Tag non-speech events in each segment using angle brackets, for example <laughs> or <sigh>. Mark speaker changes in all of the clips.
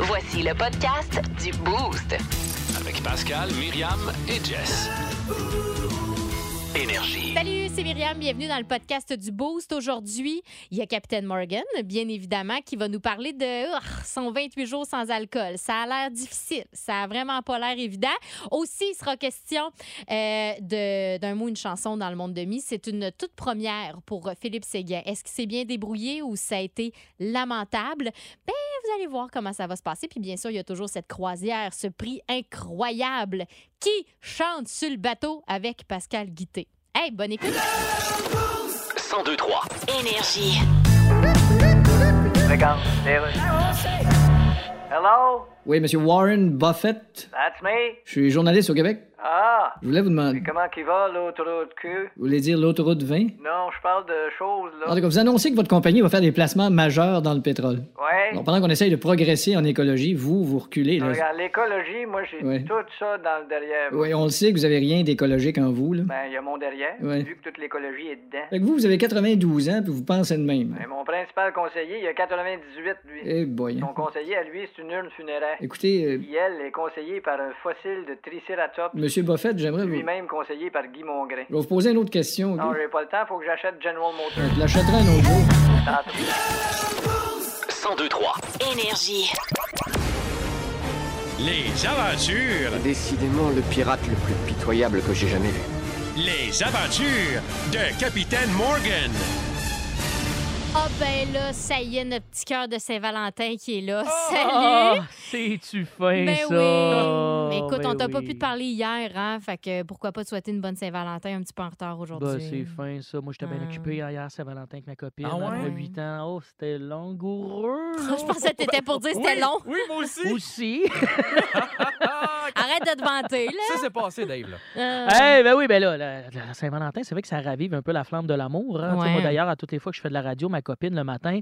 Speaker 1: Voici le podcast du Boost.
Speaker 2: Avec Pascal, Myriam et Jess. Énergie.
Speaker 3: Salut, c'est Myriam. Bienvenue dans le podcast du Boost. Aujourd'hui, il y a Capitaine Morgan, bien évidemment, qui va nous parler de oh, son 28 jours sans alcool. Ça a l'air difficile. Ça a vraiment pas l'air évident. Aussi, il sera question euh, de- d'un mot, une chanson dans le monde de mi. C'est une toute première pour euh, Philippe Séguin. Est-ce qu'il s'est bien débrouillé ou ça a été lamentable? Ben, vous allez voir comment ça va se passer. Puis bien sûr, il y a toujours cette croisière, ce prix incroyable. Qui chante sur le bateau avec Pascal Guitté? Hey, bonne écoute!
Speaker 2: 1023.
Speaker 1: Énergie.
Speaker 4: Regarde, les rues. Hello,
Speaker 5: Oui, monsieur Warren Buffett.
Speaker 4: that's me.
Speaker 5: Je suis journaliste au Québec.
Speaker 4: Ah,
Speaker 5: Je voulais vous demander.
Speaker 4: comment qui va l'autoroute Q?
Speaker 5: Vous voulez dire l'autoroute 20?
Speaker 4: Non, je parle de choses,
Speaker 5: En
Speaker 4: là.
Speaker 5: tout cas, vous annoncez que votre compagnie va faire des placements majeurs dans le pétrole.
Speaker 4: Ouais.
Speaker 5: Bon, pendant qu'on essaye de progresser en écologie, vous, vous reculez. Là.
Speaker 4: Regarde, l'écologie, moi, j'ai
Speaker 5: Ouais.
Speaker 4: tout ça dans le derrière.
Speaker 5: Oui, on le sait que vous avez rien d'écologique en vous. Là.
Speaker 4: Ben, il y a mon derrière,
Speaker 5: Ouais.
Speaker 4: vu que toute l'écologie est dedans.
Speaker 5: Fait que vous, vous avez 92 ans, puis vous pensez de même.
Speaker 4: Mais mon principal conseiller, il a 98, lui.
Speaker 5: Eh boy.
Speaker 4: Son conseiller, à lui, c'est une urne funéraire.
Speaker 5: Écoutez, euh,
Speaker 4: Qui, elle, est conseillée par un fossile de Triceratops,
Speaker 5: monsieur Buffett, j'aimerais vous...
Speaker 4: lui-même conseillé par Guy Mongrain.
Speaker 5: Je vais vous poser une autre question. ok?
Speaker 4: Non, j'ai pas le temps, faut que j'achète General Motors.
Speaker 5: Je l'achèterai un autre jour.
Speaker 2: 1023.
Speaker 1: Énergie.
Speaker 6: Les aventures,
Speaker 7: Décidément le pirate le plus pitoyable que j'ai jamais vu.
Speaker 6: les aventures de Capitaine Morgan.
Speaker 3: Ah ben là, ça y est, notre petit cœur de Saint-Valentin qui est là. Salut!
Speaker 8: C'est-tu Ah! fin,
Speaker 3: ben
Speaker 8: ça?
Speaker 3: oui! Mais écoute,
Speaker 8: Ben
Speaker 3: on t'a pas
Speaker 8: oui.
Speaker 3: pu te parler hier, hein? Fait que pourquoi pas te souhaiter une bonne Saint-Valentin un petit peu en retard aujourd'hui.
Speaker 8: Ben, c'est fin, ça. Moi, j'étais bien
Speaker 3: Ah.
Speaker 8: occupé hier, Saint-Valentin, avec ma copine.
Speaker 9: Ah
Speaker 8: Elle
Speaker 3: ouais? Ah,
Speaker 8: a 8 ans. Oh, c'était langoureux. là.
Speaker 3: Je pensais que t'étais pour dire que c'était
Speaker 9: Oui,
Speaker 3: long.
Speaker 9: Oui, moi aussi.
Speaker 8: Aussi.
Speaker 9: Ah,
Speaker 3: Arrête de te vanter, là!
Speaker 9: ça s'est passé, Dave. Là.
Speaker 3: Euh,
Speaker 8: Eh ben oui, ben là, la, la- la Saint-Valentin, c'est vrai que ça ravive un peu la flamme de l'amour. hein. Tu sais,
Speaker 3: Ouais.
Speaker 8: Moi, d'ailleurs, à toutes les fois que je fais de la radio, ma copine, le matin,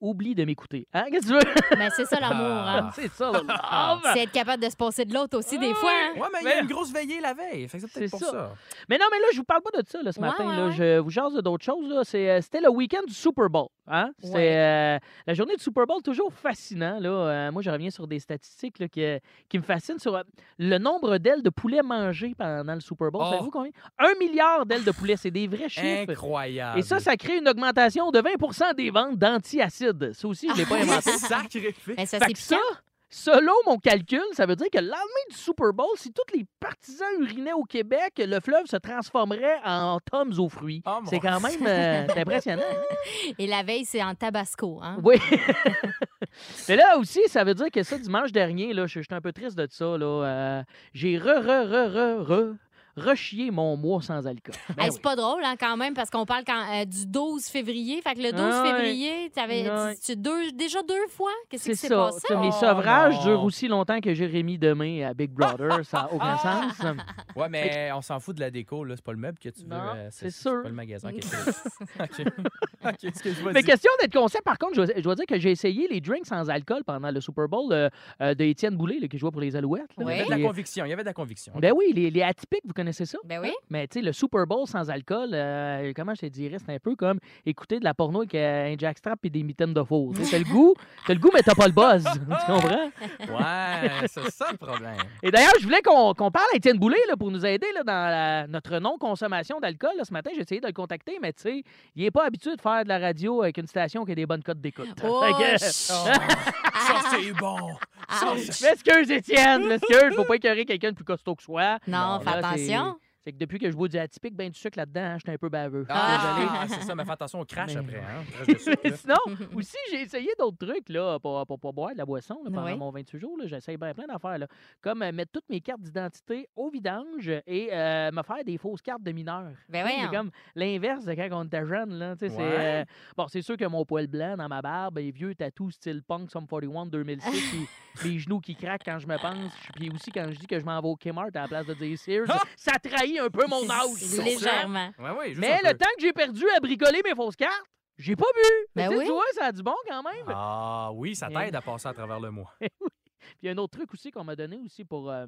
Speaker 8: oublie de m'écouter. Hein? Qu'est-ce que tu veux?
Speaker 3: Ben, c'est ça l'amour, hein?
Speaker 8: <laughs> c'est ça, le love.
Speaker 3: <laughs> C'est être capable de se passer de l'autre aussi, des fois. hein?
Speaker 9: Ouais, mais il y a une grosse veillée la veille. Fait que c'est peut-être
Speaker 8: C'est
Speaker 9: pour
Speaker 8: ça.
Speaker 9: ça.
Speaker 8: Mais non, mais là, je vous parle pas de ça là, ce
Speaker 3: Ouais,
Speaker 8: matin.
Speaker 3: ouais,
Speaker 8: là.
Speaker 3: ouais.
Speaker 8: Je vous jase de d'autres choses. là. C'est, euh, C'était le week-end du Super Bowl. Hein? C'était euh, la journée du Super Bowl, toujours fascinant. Là. Euh, moi, je reviens sur des statistiques là, qui, euh, qui me fascinent sur euh, le nombre d'ailes de poulet mangées pendant le Super Bowl.
Speaker 9: Oh.
Speaker 8: Savez-vous combien? Un milliard d'ailes de poulet. C'est des vrais chiffres.
Speaker 9: Incroyable.
Speaker 8: Et ça, ça crée une augmentation de 20 des ventes d'antiacides. Ça aussi, je ne l'ai pas
Speaker 3: Ah.
Speaker 8: <laughs> inventé.
Speaker 9: sacrifié.
Speaker 3: Ben, ça,
Speaker 8: Fait
Speaker 3: c'est
Speaker 8: que ça,
Speaker 3: piquant.
Speaker 8: selon mon calcul, ça veut dire que le lendemain du Super Bowl, si tous les partisans urinaient au Québec, le fleuve se transformerait en tomes aux fruits.
Speaker 9: Oh, mon
Speaker 8: c'est quand même euh, c'est impressionnant.
Speaker 3: <laughs>
Speaker 8: hein?
Speaker 3: Et la veille, c'est en tabasco, hein?
Speaker 8: Oui. <laughs> Mais là aussi, ça veut dire que ça, dimanche dernier, là, je je suis un peu triste de ça. Là, euh, j'ai re, re, re, re, re, rechié mon mois
Speaker 3: <laughs>
Speaker 8: sans alcool. Ben
Speaker 3: Hey,
Speaker 8: oui.
Speaker 3: c'est pas drôle hein, quand même parce qu'on parle quand, euh, du 12 février. Fait que le 12
Speaker 8: Ah ouais.
Speaker 3: février, t'avais
Speaker 8: Ouais.
Speaker 3: dit- tu deux, déjà deux fois. Qu'est-ce
Speaker 8: C'est
Speaker 3: qui s'est
Speaker 8: ça.
Speaker 3: passé?
Speaker 8: tu sais, mes
Speaker 9: Oh,
Speaker 8: sevrages
Speaker 9: non.
Speaker 8: durent aussi longtemps que Jérémy Demé à Big Brother. ça n'a aucun
Speaker 3: Ah!
Speaker 8: sens.
Speaker 9: Ouais, mais on s'en fout de la déco. là. C'est pas le meuble que tu veux.
Speaker 8: Non,
Speaker 9: euh,
Speaker 8: c'est sûr.
Speaker 9: C'est pas le
Speaker 8: <laughs>
Speaker 9: magasin. qui est OK. OK, excuse-moi.
Speaker 8: Mais
Speaker 9: dis.
Speaker 8: question d'être conscient, par contre, je dois, je dois dire que j'ai essayé les drinks sans alcool pendant le Super Bowl euh, euh, de Étienne Boulay, là, qui jouait pour les Alouettes. là.
Speaker 9: Il y
Speaker 3: Ouais.
Speaker 9: avait de la
Speaker 8: Les-
Speaker 9: conviction. Il y avait de la conviction.
Speaker 8: Ben oui, les, les atypiques, vous connaissez ça? Hein?
Speaker 3: Ben
Speaker 8: <laughs>
Speaker 3: oui.
Speaker 8: Mais tu sais, le Super Bowl sans alcool, euh, comment je te dirais, c'est un peu comme écouter de la porno avec euh, un jackstrap et des mitaines de faux. Tu sais, T'as le goût, t'as le goût, mais t'as pas le buzz. <laughs> tu comprends?
Speaker 9: Ouais, c'est ça le problème.
Speaker 8: Et d'ailleurs, je voulais qu'on qu'on parle à Étienne Boulay là, pour nous aider là, dans la- notre non-consommation d'alcool. là. Ce matin, j'ai essayé de le contacter, mais tu sais, il n'est pas habitué de faire de la radio avec une station qui a des bonnes cotes d'écoute.
Speaker 3: Oh,
Speaker 8: <laughs> Fait que-
Speaker 3: chut.
Speaker 9: Oh,
Speaker 8: Ah.
Speaker 9: ça, c'est bon. Ça, c'est-
Speaker 8: M'excuse,
Speaker 9: <laughs>
Speaker 8: Étienne, m'excuse. Faut pas écœurer quelqu'un de plus costaud que soi.
Speaker 3: non,
Speaker 9: Non,
Speaker 3: fais
Speaker 8: là, <laughs>
Speaker 3: attention.
Speaker 8: C'est que depuis que je bois du atypique, ben du sucre là-dedans, hein, j'étais un peu baveux.
Speaker 9: Ah, c'est ça, mais fais attention au crash
Speaker 8: Mais-
Speaker 9: après. Hein? <laughs> Crash de sucre, là.
Speaker 8: <laughs>
Speaker 9: mm,
Speaker 8: Mais
Speaker 3: Ben
Speaker 8: sinon, aussi, j'ai essayé d'autres trucs là, pour, pour, pour boire de la boisson là, pendant
Speaker 3: Oui.
Speaker 8: mon 28 jours. là. J'essaye bien plein d'affaires. là. Comme euh, mettre toutes mes cartes d'identité au vidange et euh, me faire des fausses cartes de mineurs.
Speaker 3: Ben
Speaker 8: Tu sais, C'est
Speaker 3: voyons.
Speaker 8: comme l'inverse de quand on était jeune. Là. Tu sais, c'est,
Speaker 9: Ouais.
Speaker 8: euh, bon, c'est sûr que mon poil blanc dans ma barbe, les vieux tatous style punk, Sum 41 2006, puis les genoux qui craquent quand je me pense, puis aussi quand je dis que je m'en vais au Kmart à la place de dire Sears, ça trahit un peu mon âge. Ben tu comprends?
Speaker 3: Légèrement.
Speaker 9: Ouais, ouais, juste
Speaker 8: Mais le
Speaker 9: un peu.
Speaker 8: temps que j'ai perdu à bricoler mes fausses cartes, j'ai pas bu. Mais
Speaker 3: Ben
Speaker 8: tu sais,
Speaker 3: oui.
Speaker 8: tu vois, ça a du bon quand même.
Speaker 9: Ah oui, ça t'aide à passer à travers le mois.
Speaker 8: Puis un autre truc aussi qu'on m'a donné aussi pour euh,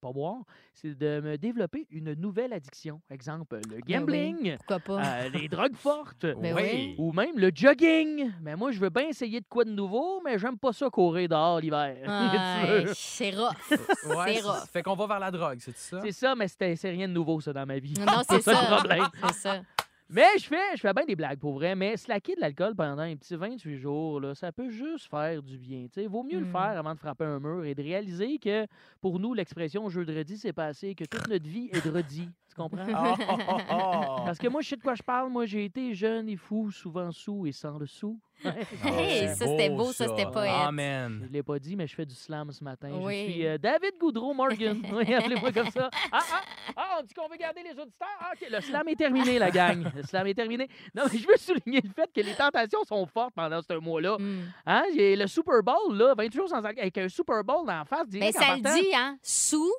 Speaker 8: pas boire, c'est de me développer une nouvelle addiction. Exemple, le
Speaker 3: oui. Oh.
Speaker 8: gambling,
Speaker 3: Pourquoi pas?
Speaker 8: euh, les drogues fortes.
Speaker 3: Ben oui.
Speaker 8: Ou même le jogging. Mais moi, je veux bien essayer de quoi de nouveau, mais j'aime pas ça courir dehors l'hiver. <laughs> Ah, Tu
Speaker 3: Ouais,
Speaker 8: veux?
Speaker 3: c'est
Speaker 8: <laughs>
Speaker 3: rough.
Speaker 9: Ouais,
Speaker 3: c'est
Speaker 9: c'est-
Speaker 3: rough.
Speaker 9: Fait qu'on va vers la drogue, c'est ça?
Speaker 8: c'est ça, mais c'était- c'est rien de nouveau, ça, dans ma vie. <laughs>
Speaker 3: Non, c'est
Speaker 8: ça le
Speaker 3: ça.
Speaker 8: problème.
Speaker 3: <laughs> C'est
Speaker 8: <laughs>
Speaker 3: ça.
Speaker 8: Mais je fais, je fais bien des blagues pour vrai, mais slacker de l'alcool pendant un petit 28 jours, là, ça peut juste faire du bien. Il vaut mieux le
Speaker 3: Mm.
Speaker 8: faire avant de frapper un mur et de réaliser que pour nous, l'expression jeu de redis, c'est passé, que toute notre vie est de redis. Tu comprends?
Speaker 3: Ah.
Speaker 9: Oh, oh, oh, oh.
Speaker 8: Parce que moi, je sais de quoi je parle. Moi, j'ai été jeune et fou, souvent sous et sans le sou.
Speaker 9: Ah,
Speaker 3: Hey,
Speaker 9: c'est
Speaker 3: ça, c'était beau, ça, c'était poète.
Speaker 8: Je
Speaker 9: Amen.
Speaker 8: ne l'ai pas dit, mais je fais du slam ce matin.
Speaker 3: Oui.
Speaker 8: Je suis euh, David Goudreau Morgan.
Speaker 3: <laughs>
Speaker 8: Oui, appelez-moi comme ça. Ah, ah, ah, on dit qu'on veut garder les auditeurs. Ah, OK, le slam est terminé, la gang. Le slam est terminé. Non, mais je veux souligner le fait que les tentations sont fortes pendant ce mois-là.
Speaker 3: Mm.
Speaker 8: Hein? J'ai le Super Bowl, là, 28 jours sans alcool, avec un Super Bowl dans la face.
Speaker 3: Mais ça le dit, hein? Sous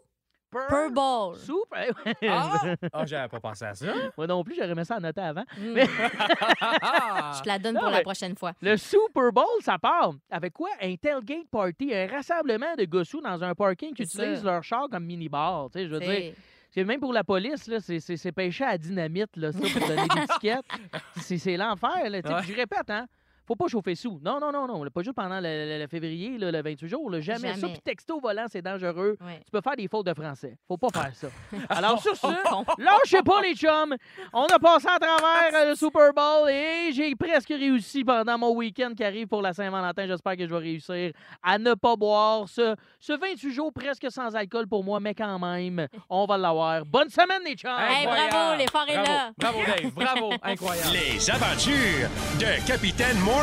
Speaker 3: Purple.
Speaker 8: Super. <laughs>
Speaker 9: Ah, Ah, j'avais pas pensé à ça.
Speaker 8: Moi non plus, j'aurais aimé ça à noter avant.
Speaker 3: Mm.
Speaker 8: Mais-
Speaker 9: Ah,
Speaker 3: Je
Speaker 9: <laughs>
Speaker 3: te la donne
Speaker 8: Non,
Speaker 3: pour la
Speaker 8: mais-
Speaker 3: prochaine fois.
Speaker 8: Le Super Bowl, ça part avec quoi? Un tailgate party, un rassemblement de gossous dans un parking qui
Speaker 3: C'est ça.
Speaker 8: utilisent leur char comme mini-bar. Tu sais, je veux dire,
Speaker 3: C'est-
Speaker 8: Parce que même pour la police, là, c'est, c'est, c'est pêché à la dynamite, là, ça, pour donner des tickets. C'est, c'est l'enfer, là. Tu sais,
Speaker 9: Ouais.
Speaker 8: puis Je répète, hein. Faut pas chauffer sous. Non, non, non, non. là, Pas juste pendant le, le- le février, là, le 28 jours. là, jamais, ça.
Speaker 3: Jamais.
Speaker 8: Puis texto au volant, c'est dangereux.
Speaker 3: ouais.
Speaker 8: Tu peux faire des fautes de français. Faut pas faire ça. Alors, sur ce, lâchez pas, les chums. On a passé à travers euh, le Super Bowl et j'ai presque réussi pendant mon week-end qui arrive pour la Saint-Valentin. J'espère que je vais réussir à ne pas boire. Ce, ce 28 jours presque sans alcool pour moi, mais quand même, on va l'avoir. Bonne semaine, les chums.
Speaker 3: Hey, bravo,
Speaker 9: Incroyable.
Speaker 3: l'effort est
Speaker 9: Bravo.
Speaker 3: là.
Speaker 9: Bravo, Dave. Bravo. Incroyable.
Speaker 6: Les aventures de Capitaine Morgan.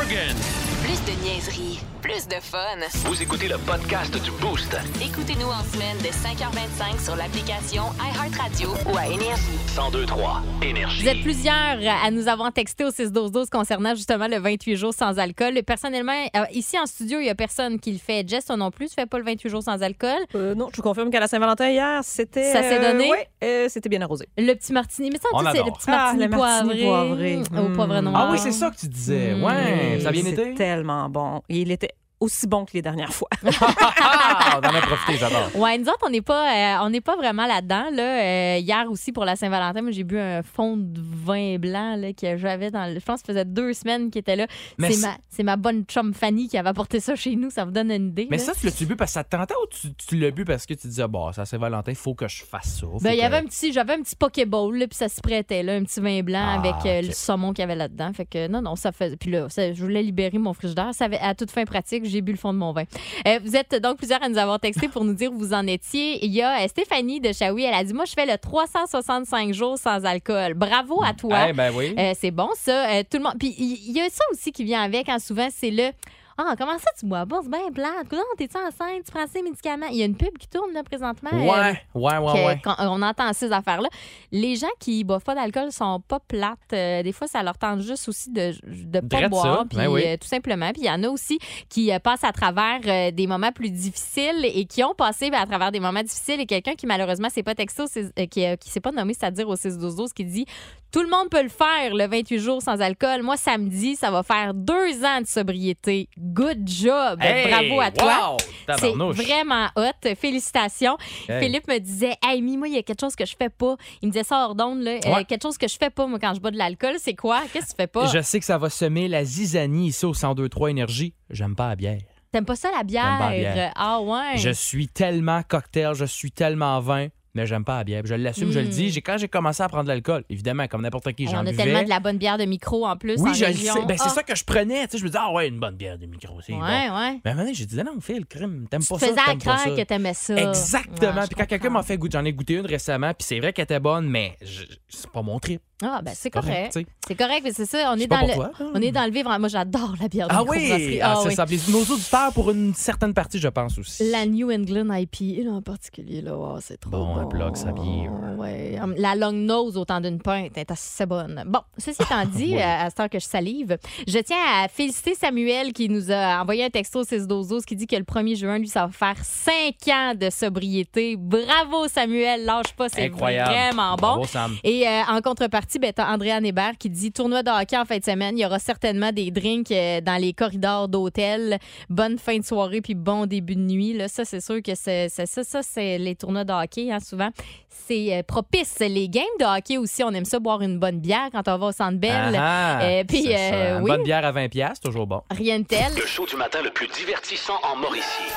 Speaker 1: Plus de niaiserie, plus de fun.
Speaker 2: Vous écoutez le podcast du Boost.
Speaker 1: Écoutez-nous en semaine de 5h25 sur l'application iHeartRadio ou à Énergie.
Speaker 2: 1023 Énergie.
Speaker 3: Vous êtes plusieurs à nous avoir texté au 6-12-12 concernant justement le 28 jours sans alcool. Personnellement, euh, ici en studio, il n'y a personne qui le fait. Jess, toi non plus, tu fais pas le 28 jours sans alcool.
Speaker 10: Euh, non, je vous confirme qu'à la Saint-Valentin hier, c'était.
Speaker 3: Ça s'est
Speaker 10: euh,
Speaker 3: donné?
Speaker 10: ouais, euh, c'était bien arrosé.
Speaker 3: Le petit martini, mais ça,
Speaker 9: On
Speaker 3: tu sais,
Speaker 9: adore.
Speaker 3: le petit
Speaker 10: Ah,
Speaker 3: martini
Speaker 10: le martini
Speaker 3: poivré.
Speaker 10: poivré.
Speaker 3: Au poivre
Speaker 10: Mm.
Speaker 3: noir.
Speaker 9: Ah oui, c'est ça que tu disais.
Speaker 3: Mm.
Speaker 9: Ouais. Ça a bien
Speaker 10: Mmh. C'est
Speaker 9: été?
Speaker 3: <laughs>
Speaker 10: tellement bon. Et il était aussi bon que les dernières fois. <laughs>
Speaker 9: Ah, on en
Speaker 3: <laughs>
Speaker 9: a profité, j'adore.
Speaker 3: Ouais, nous autres, on n'est pas, euh, on n'est pas vraiment là-dedans. Là. Euh, hier aussi, pour la Saint-Valentin, moi, j'ai bu un fond de vin blanc là, que j'avais dans le. Je pense que ça faisait deux semaines qu'il était là.
Speaker 9: Mais
Speaker 3: C'est
Speaker 9: ça-
Speaker 3: ma, c'est ma bonne chum Fanny qui avait apporté ça chez nous. Ça vous donne une idée.
Speaker 9: Mais
Speaker 3: là.
Speaker 9: ça, tu l'as-tu bu parce que ça te tentait ou tu, tu l'as bu parce que tu disais, bah, ça c'est Valentin, faut que je fasse ça. faut
Speaker 3: Ben, il y
Speaker 9: que-
Speaker 3: avait un petit, j'avais un petit Pokéball, là, puis ça se prêtait, là, un petit vin blanc
Speaker 9: Ah,
Speaker 3: avec euh,
Speaker 9: ok.
Speaker 3: le saumon qu'il y avait là-dedans. Fait que non, non, ça faisait. Puis là, ça- je voulais libérer mon frigidaire. Ça avait, à toute fin pratique, j'ai bu le fond de mon vin. Euh, vous êtes donc plusieurs à nous avoir texté pour nous dire où vous en étiez. Il y a euh, Stéphanie de Chaoui, elle a dit Moi, je fais le 365 jours sans alcool. Bravo à toi.
Speaker 9: Eh ben oui.
Speaker 3: Euh, c'est bon, ça. Euh, tout le monde. Puis il il y, a ça aussi qui vient avec, hein, souvent, c'est le. Ah, comment ça tu bois? Bon, c'est bien plate. Non, t'es-tu enceinte? Tu prends ces médicaments? Il y a une pub qui tourne, là, présentement. euh,
Speaker 9: Ouais, ouais, ouais,
Speaker 3: que-
Speaker 9: ouais.
Speaker 3: qu'on- on entend ces affaires-là. Les gens qui boivent pas d'alcool sont pas plates. Euh, des fois, ça leur tente juste aussi de de pas
Speaker 9: Drette
Speaker 3: boire,
Speaker 9: ça,
Speaker 3: puis
Speaker 9: ben oui.
Speaker 3: euh, tout simplement. Puis il y en a aussi qui euh, passent à travers euh, des moments plus difficiles et qui ont passé ben, à travers des moments difficiles. Et quelqu'un qui malheureusement s'est pas texto, c'est- euh, qui euh, qui s'est pas nommé, c'est-à-dire au 6 12 12 qui dit tout le monde peut le faire le 28 jours sans alcool. Moi, samedi, ça va faire deux ans de sobriété. Good job,
Speaker 9: Hey,
Speaker 3: ben, bravo à toi.
Speaker 9: wow,
Speaker 3: C'est
Speaker 9: tabarnouche.
Speaker 3: vraiment hot. Félicitations.
Speaker 9: Hey.
Speaker 3: Philippe me disait, hey, Mi, moi, il y a quelque chose que je fais pas. Il me disait ça hors d'onde, là. Euh,
Speaker 9: Ouais.
Speaker 3: quelque chose que je fais pas, moi, quand je bois de l'alcool, c'est quoi? Qu'est-ce que tu fais pas?
Speaker 9: Je sais que ça va semer la zizanie ici au 1023 Énergie. J'aime pas la bière.
Speaker 3: T'aimes pas ça, la bière?
Speaker 9: pas la bière.
Speaker 3: Ah, ouais.
Speaker 9: Je suis tellement cocktail, je suis tellement vin, mais j'aime pas la bière. Je l'assume, je le
Speaker 3: Mm.
Speaker 9: dis. J'ai, quand j'ai commencé à prendre de l'alcool, évidemment, comme n'importe qui,
Speaker 3: Hey,
Speaker 9: j'en
Speaker 3: on a
Speaker 9: buvais.
Speaker 3: tellement de la bonne bière de micro en plus. en
Speaker 9: Oui, je le
Speaker 3: région.
Speaker 9: sais. Ben, c'est
Speaker 3: Ah.
Speaker 9: ça que je prenais. Tu sais, je me disais, ah ouais, une bonne bière de micro, c'est
Speaker 3: Ouais,
Speaker 9: bon.
Speaker 3: ouais.
Speaker 9: Mais à un moment donné, j'ai dit, non, Phil, crime, t'aimes
Speaker 3: Tu te
Speaker 9: pas
Speaker 3: faisais
Speaker 9: ça,
Speaker 3: à
Speaker 9: t'aimes pas ça.
Speaker 3: craindre que t'aimais ça.
Speaker 9: Exactement.
Speaker 3: Ouais, je
Speaker 9: puis quand quelqu'un
Speaker 3: comprends.
Speaker 9: m'en fait goûter, j'en ai goûté une récemment, puis c'est vrai qu'elle était bonne, mais je- c'est pas mon trip.
Speaker 3: Ah, ben, c'est
Speaker 9: tu
Speaker 3: correct.
Speaker 9: sais.
Speaker 3: C'est correct, mais c'est ça. On
Speaker 9: Je
Speaker 3: est
Speaker 9: sais pas
Speaker 3: dans
Speaker 9: pour
Speaker 3: le.
Speaker 9: toi, hein.
Speaker 3: On est dans le vivre. Moi, j'adore la bière de
Speaker 9: Ah
Speaker 3: microbrasserie.
Speaker 9: oui, ah,
Speaker 3: Ah
Speaker 9: c'est
Speaker 3: oui.
Speaker 9: ça. Les- Nos auditeurs, pour une certaine partie, je pense aussi.
Speaker 3: La New England IPA, là, en particulier, là, wow, c'est trop bon.
Speaker 9: Bon, un bloc, ça hein. vire.
Speaker 3: Ouais. Hum, La long nose au temps d'une pinte est assez bonne. Bon, ceci étant
Speaker 9: <laughs>
Speaker 3: dit, euh,
Speaker 9: Oui.
Speaker 3: à à cette heure que je salive, je tiens à féliciter Samuel qui nous a envoyé un texto 6 12 qui dit que le 1er juin, lui, ça va faire 5 ans de sobriété. Bravo, Samuel, lâche pas, c'est
Speaker 9: Incroyable.
Speaker 3: vraiment bon.
Speaker 9: Bravo, Sam.
Speaker 3: Et euh, en contrepartie, parti, ben, t'as Andréane Hébert qui dit tournoi de hockey en fin de semaine. Il y aura certainement des drinks euh, dans les corridors d'hôtel. Bonne fin de soirée puis bon début de nuit. Là, ça, c'est sûr que c'est, c'est- ça, ça, c'est les tournois de hockey, hein, souvent. C'est euh, propice. Les games de hockey aussi, on aime ça boire une bonne bière quand on va au centre Bell.
Speaker 9: Ah,
Speaker 3: Euh, puis,
Speaker 9: c'est ça.
Speaker 3: euh,
Speaker 9: Une
Speaker 3: oui.
Speaker 9: bonne bière à 20$, piastres, toujours bon.
Speaker 3: Rien de tel.
Speaker 2: Le show du matin le plus divertissant en Mauricie.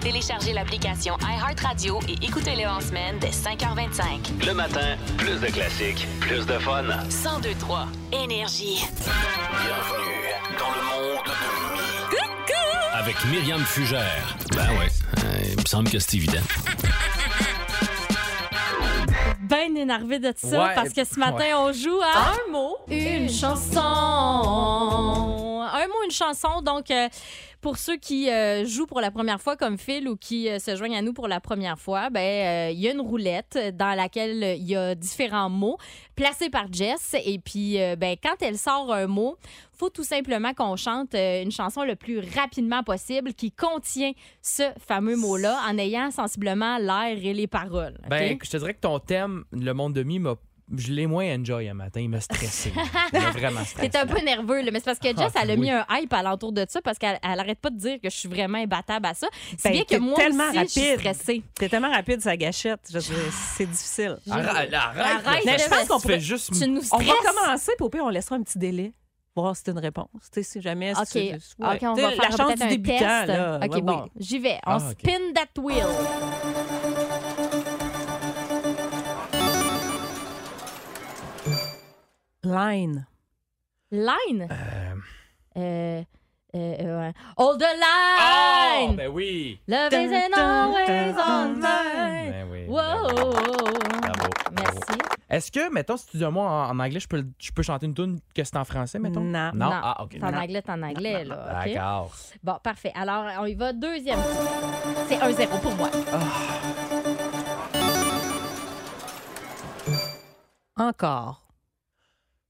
Speaker 1: Téléchargez l'application iHeartRadio et écoutez-le en semaine dès 5h25.
Speaker 2: Le matin, plus de classiques, plus de fun.
Speaker 1: 1023 Énergie.
Speaker 2: Bienvenue dans le monde de Mi.
Speaker 11: Avec Myriam Fugère. Ben ouais, euh, il me semble que c'est évident.
Speaker 3: bien Ben énervé de ça
Speaker 11: Ouais,
Speaker 3: parce que ce matin,
Speaker 11: ouais.
Speaker 3: on joue hein? à
Speaker 8: Ah,
Speaker 3: un mot, une chanson. Un mot, une chanson. Donc, euh, pour ceux qui euh, jouent pour la première fois comme Phil ou qui euh, se joignent à nous pour la première fois, ben euh, il y a une roulette dans laquelle euh, il y a différents mots placés par Jess. Et puis, euh, ben, quand elle sort un mot, faut tout simplement qu'on chante euh, une chanson le plus rapidement possible qui contient ce fameux mot-là en ayant sensiblement l'air et les paroles. OK?
Speaker 9: Ben, je te dirais que ton thème, le monde de mi, m'a- je l'ai moins enjoy un matin. Il
Speaker 3: <laughs>
Speaker 9: m'a stressé. Il m'a vraiment stressé.
Speaker 3: T'es un peu nerveux, là, mais c'est parce que Jess,
Speaker 9: Ah,
Speaker 3: elle a
Speaker 9: oui.
Speaker 3: mis un hype alentour de ça parce qu'elle elle arrête pas de dire que je suis vraiment imbattable à ça. C'est
Speaker 10: Ben,
Speaker 3: bien
Speaker 10: t'es
Speaker 3: que moi
Speaker 10: tellement
Speaker 3: aussi, je suis
Speaker 10: rapide.
Speaker 3: stressée.
Speaker 10: T'es tellement rapide, ça gâchette. Je- je- c'est difficile.
Speaker 9: Arrête, arrête.
Speaker 10: Mais je pense qu'on pourrait-
Speaker 9: juste...
Speaker 10: on va commencer, puis au pire, on laissera un petit délai. Voir si c'est une réponse. Tu sais, si jamais.
Speaker 3: OK,
Speaker 10: Si tu-
Speaker 3: OK, on
Speaker 10: Tu
Speaker 3: va
Speaker 10: sais, La
Speaker 3: faire
Speaker 10: chance
Speaker 3: peut-être
Speaker 10: du
Speaker 3: un
Speaker 10: débutant,
Speaker 3: test.
Speaker 10: là.
Speaker 3: OK,
Speaker 10: Ouais, bon.
Speaker 3: oui, j'y vais. On
Speaker 10: Ah, OK.
Speaker 3: spin that wheel.
Speaker 10: Line.
Speaker 3: Line. Euh, euh, euh, ouais. All the
Speaker 10: Ah,
Speaker 3: line.
Speaker 9: ben oui.
Speaker 3: Love
Speaker 9: Dun,
Speaker 3: isn't
Speaker 9: dun,
Speaker 3: always
Speaker 9: dun,
Speaker 3: on
Speaker 9: dun,
Speaker 3: mine.
Speaker 9: Ben oui.
Speaker 3: Wow.
Speaker 10: Ah, ben
Speaker 9: Bravo. bravo.
Speaker 3: Merci.
Speaker 9: Est-ce que, mettons, si tu dis un mot en, en anglais, je peux, le- je peux chanter une tune que c'est en français, mettons?
Speaker 3: Non.
Speaker 9: Non?
Speaker 3: Non.
Speaker 9: Ah, OK.
Speaker 3: C'est en anglais, c'est en anglais,
Speaker 10: Ah,
Speaker 3: là. OK?
Speaker 9: D'accord.
Speaker 3: Bon, parfait. Alors, on y va. Deuxième. C'est 1-0 pour moi.
Speaker 10: Encore.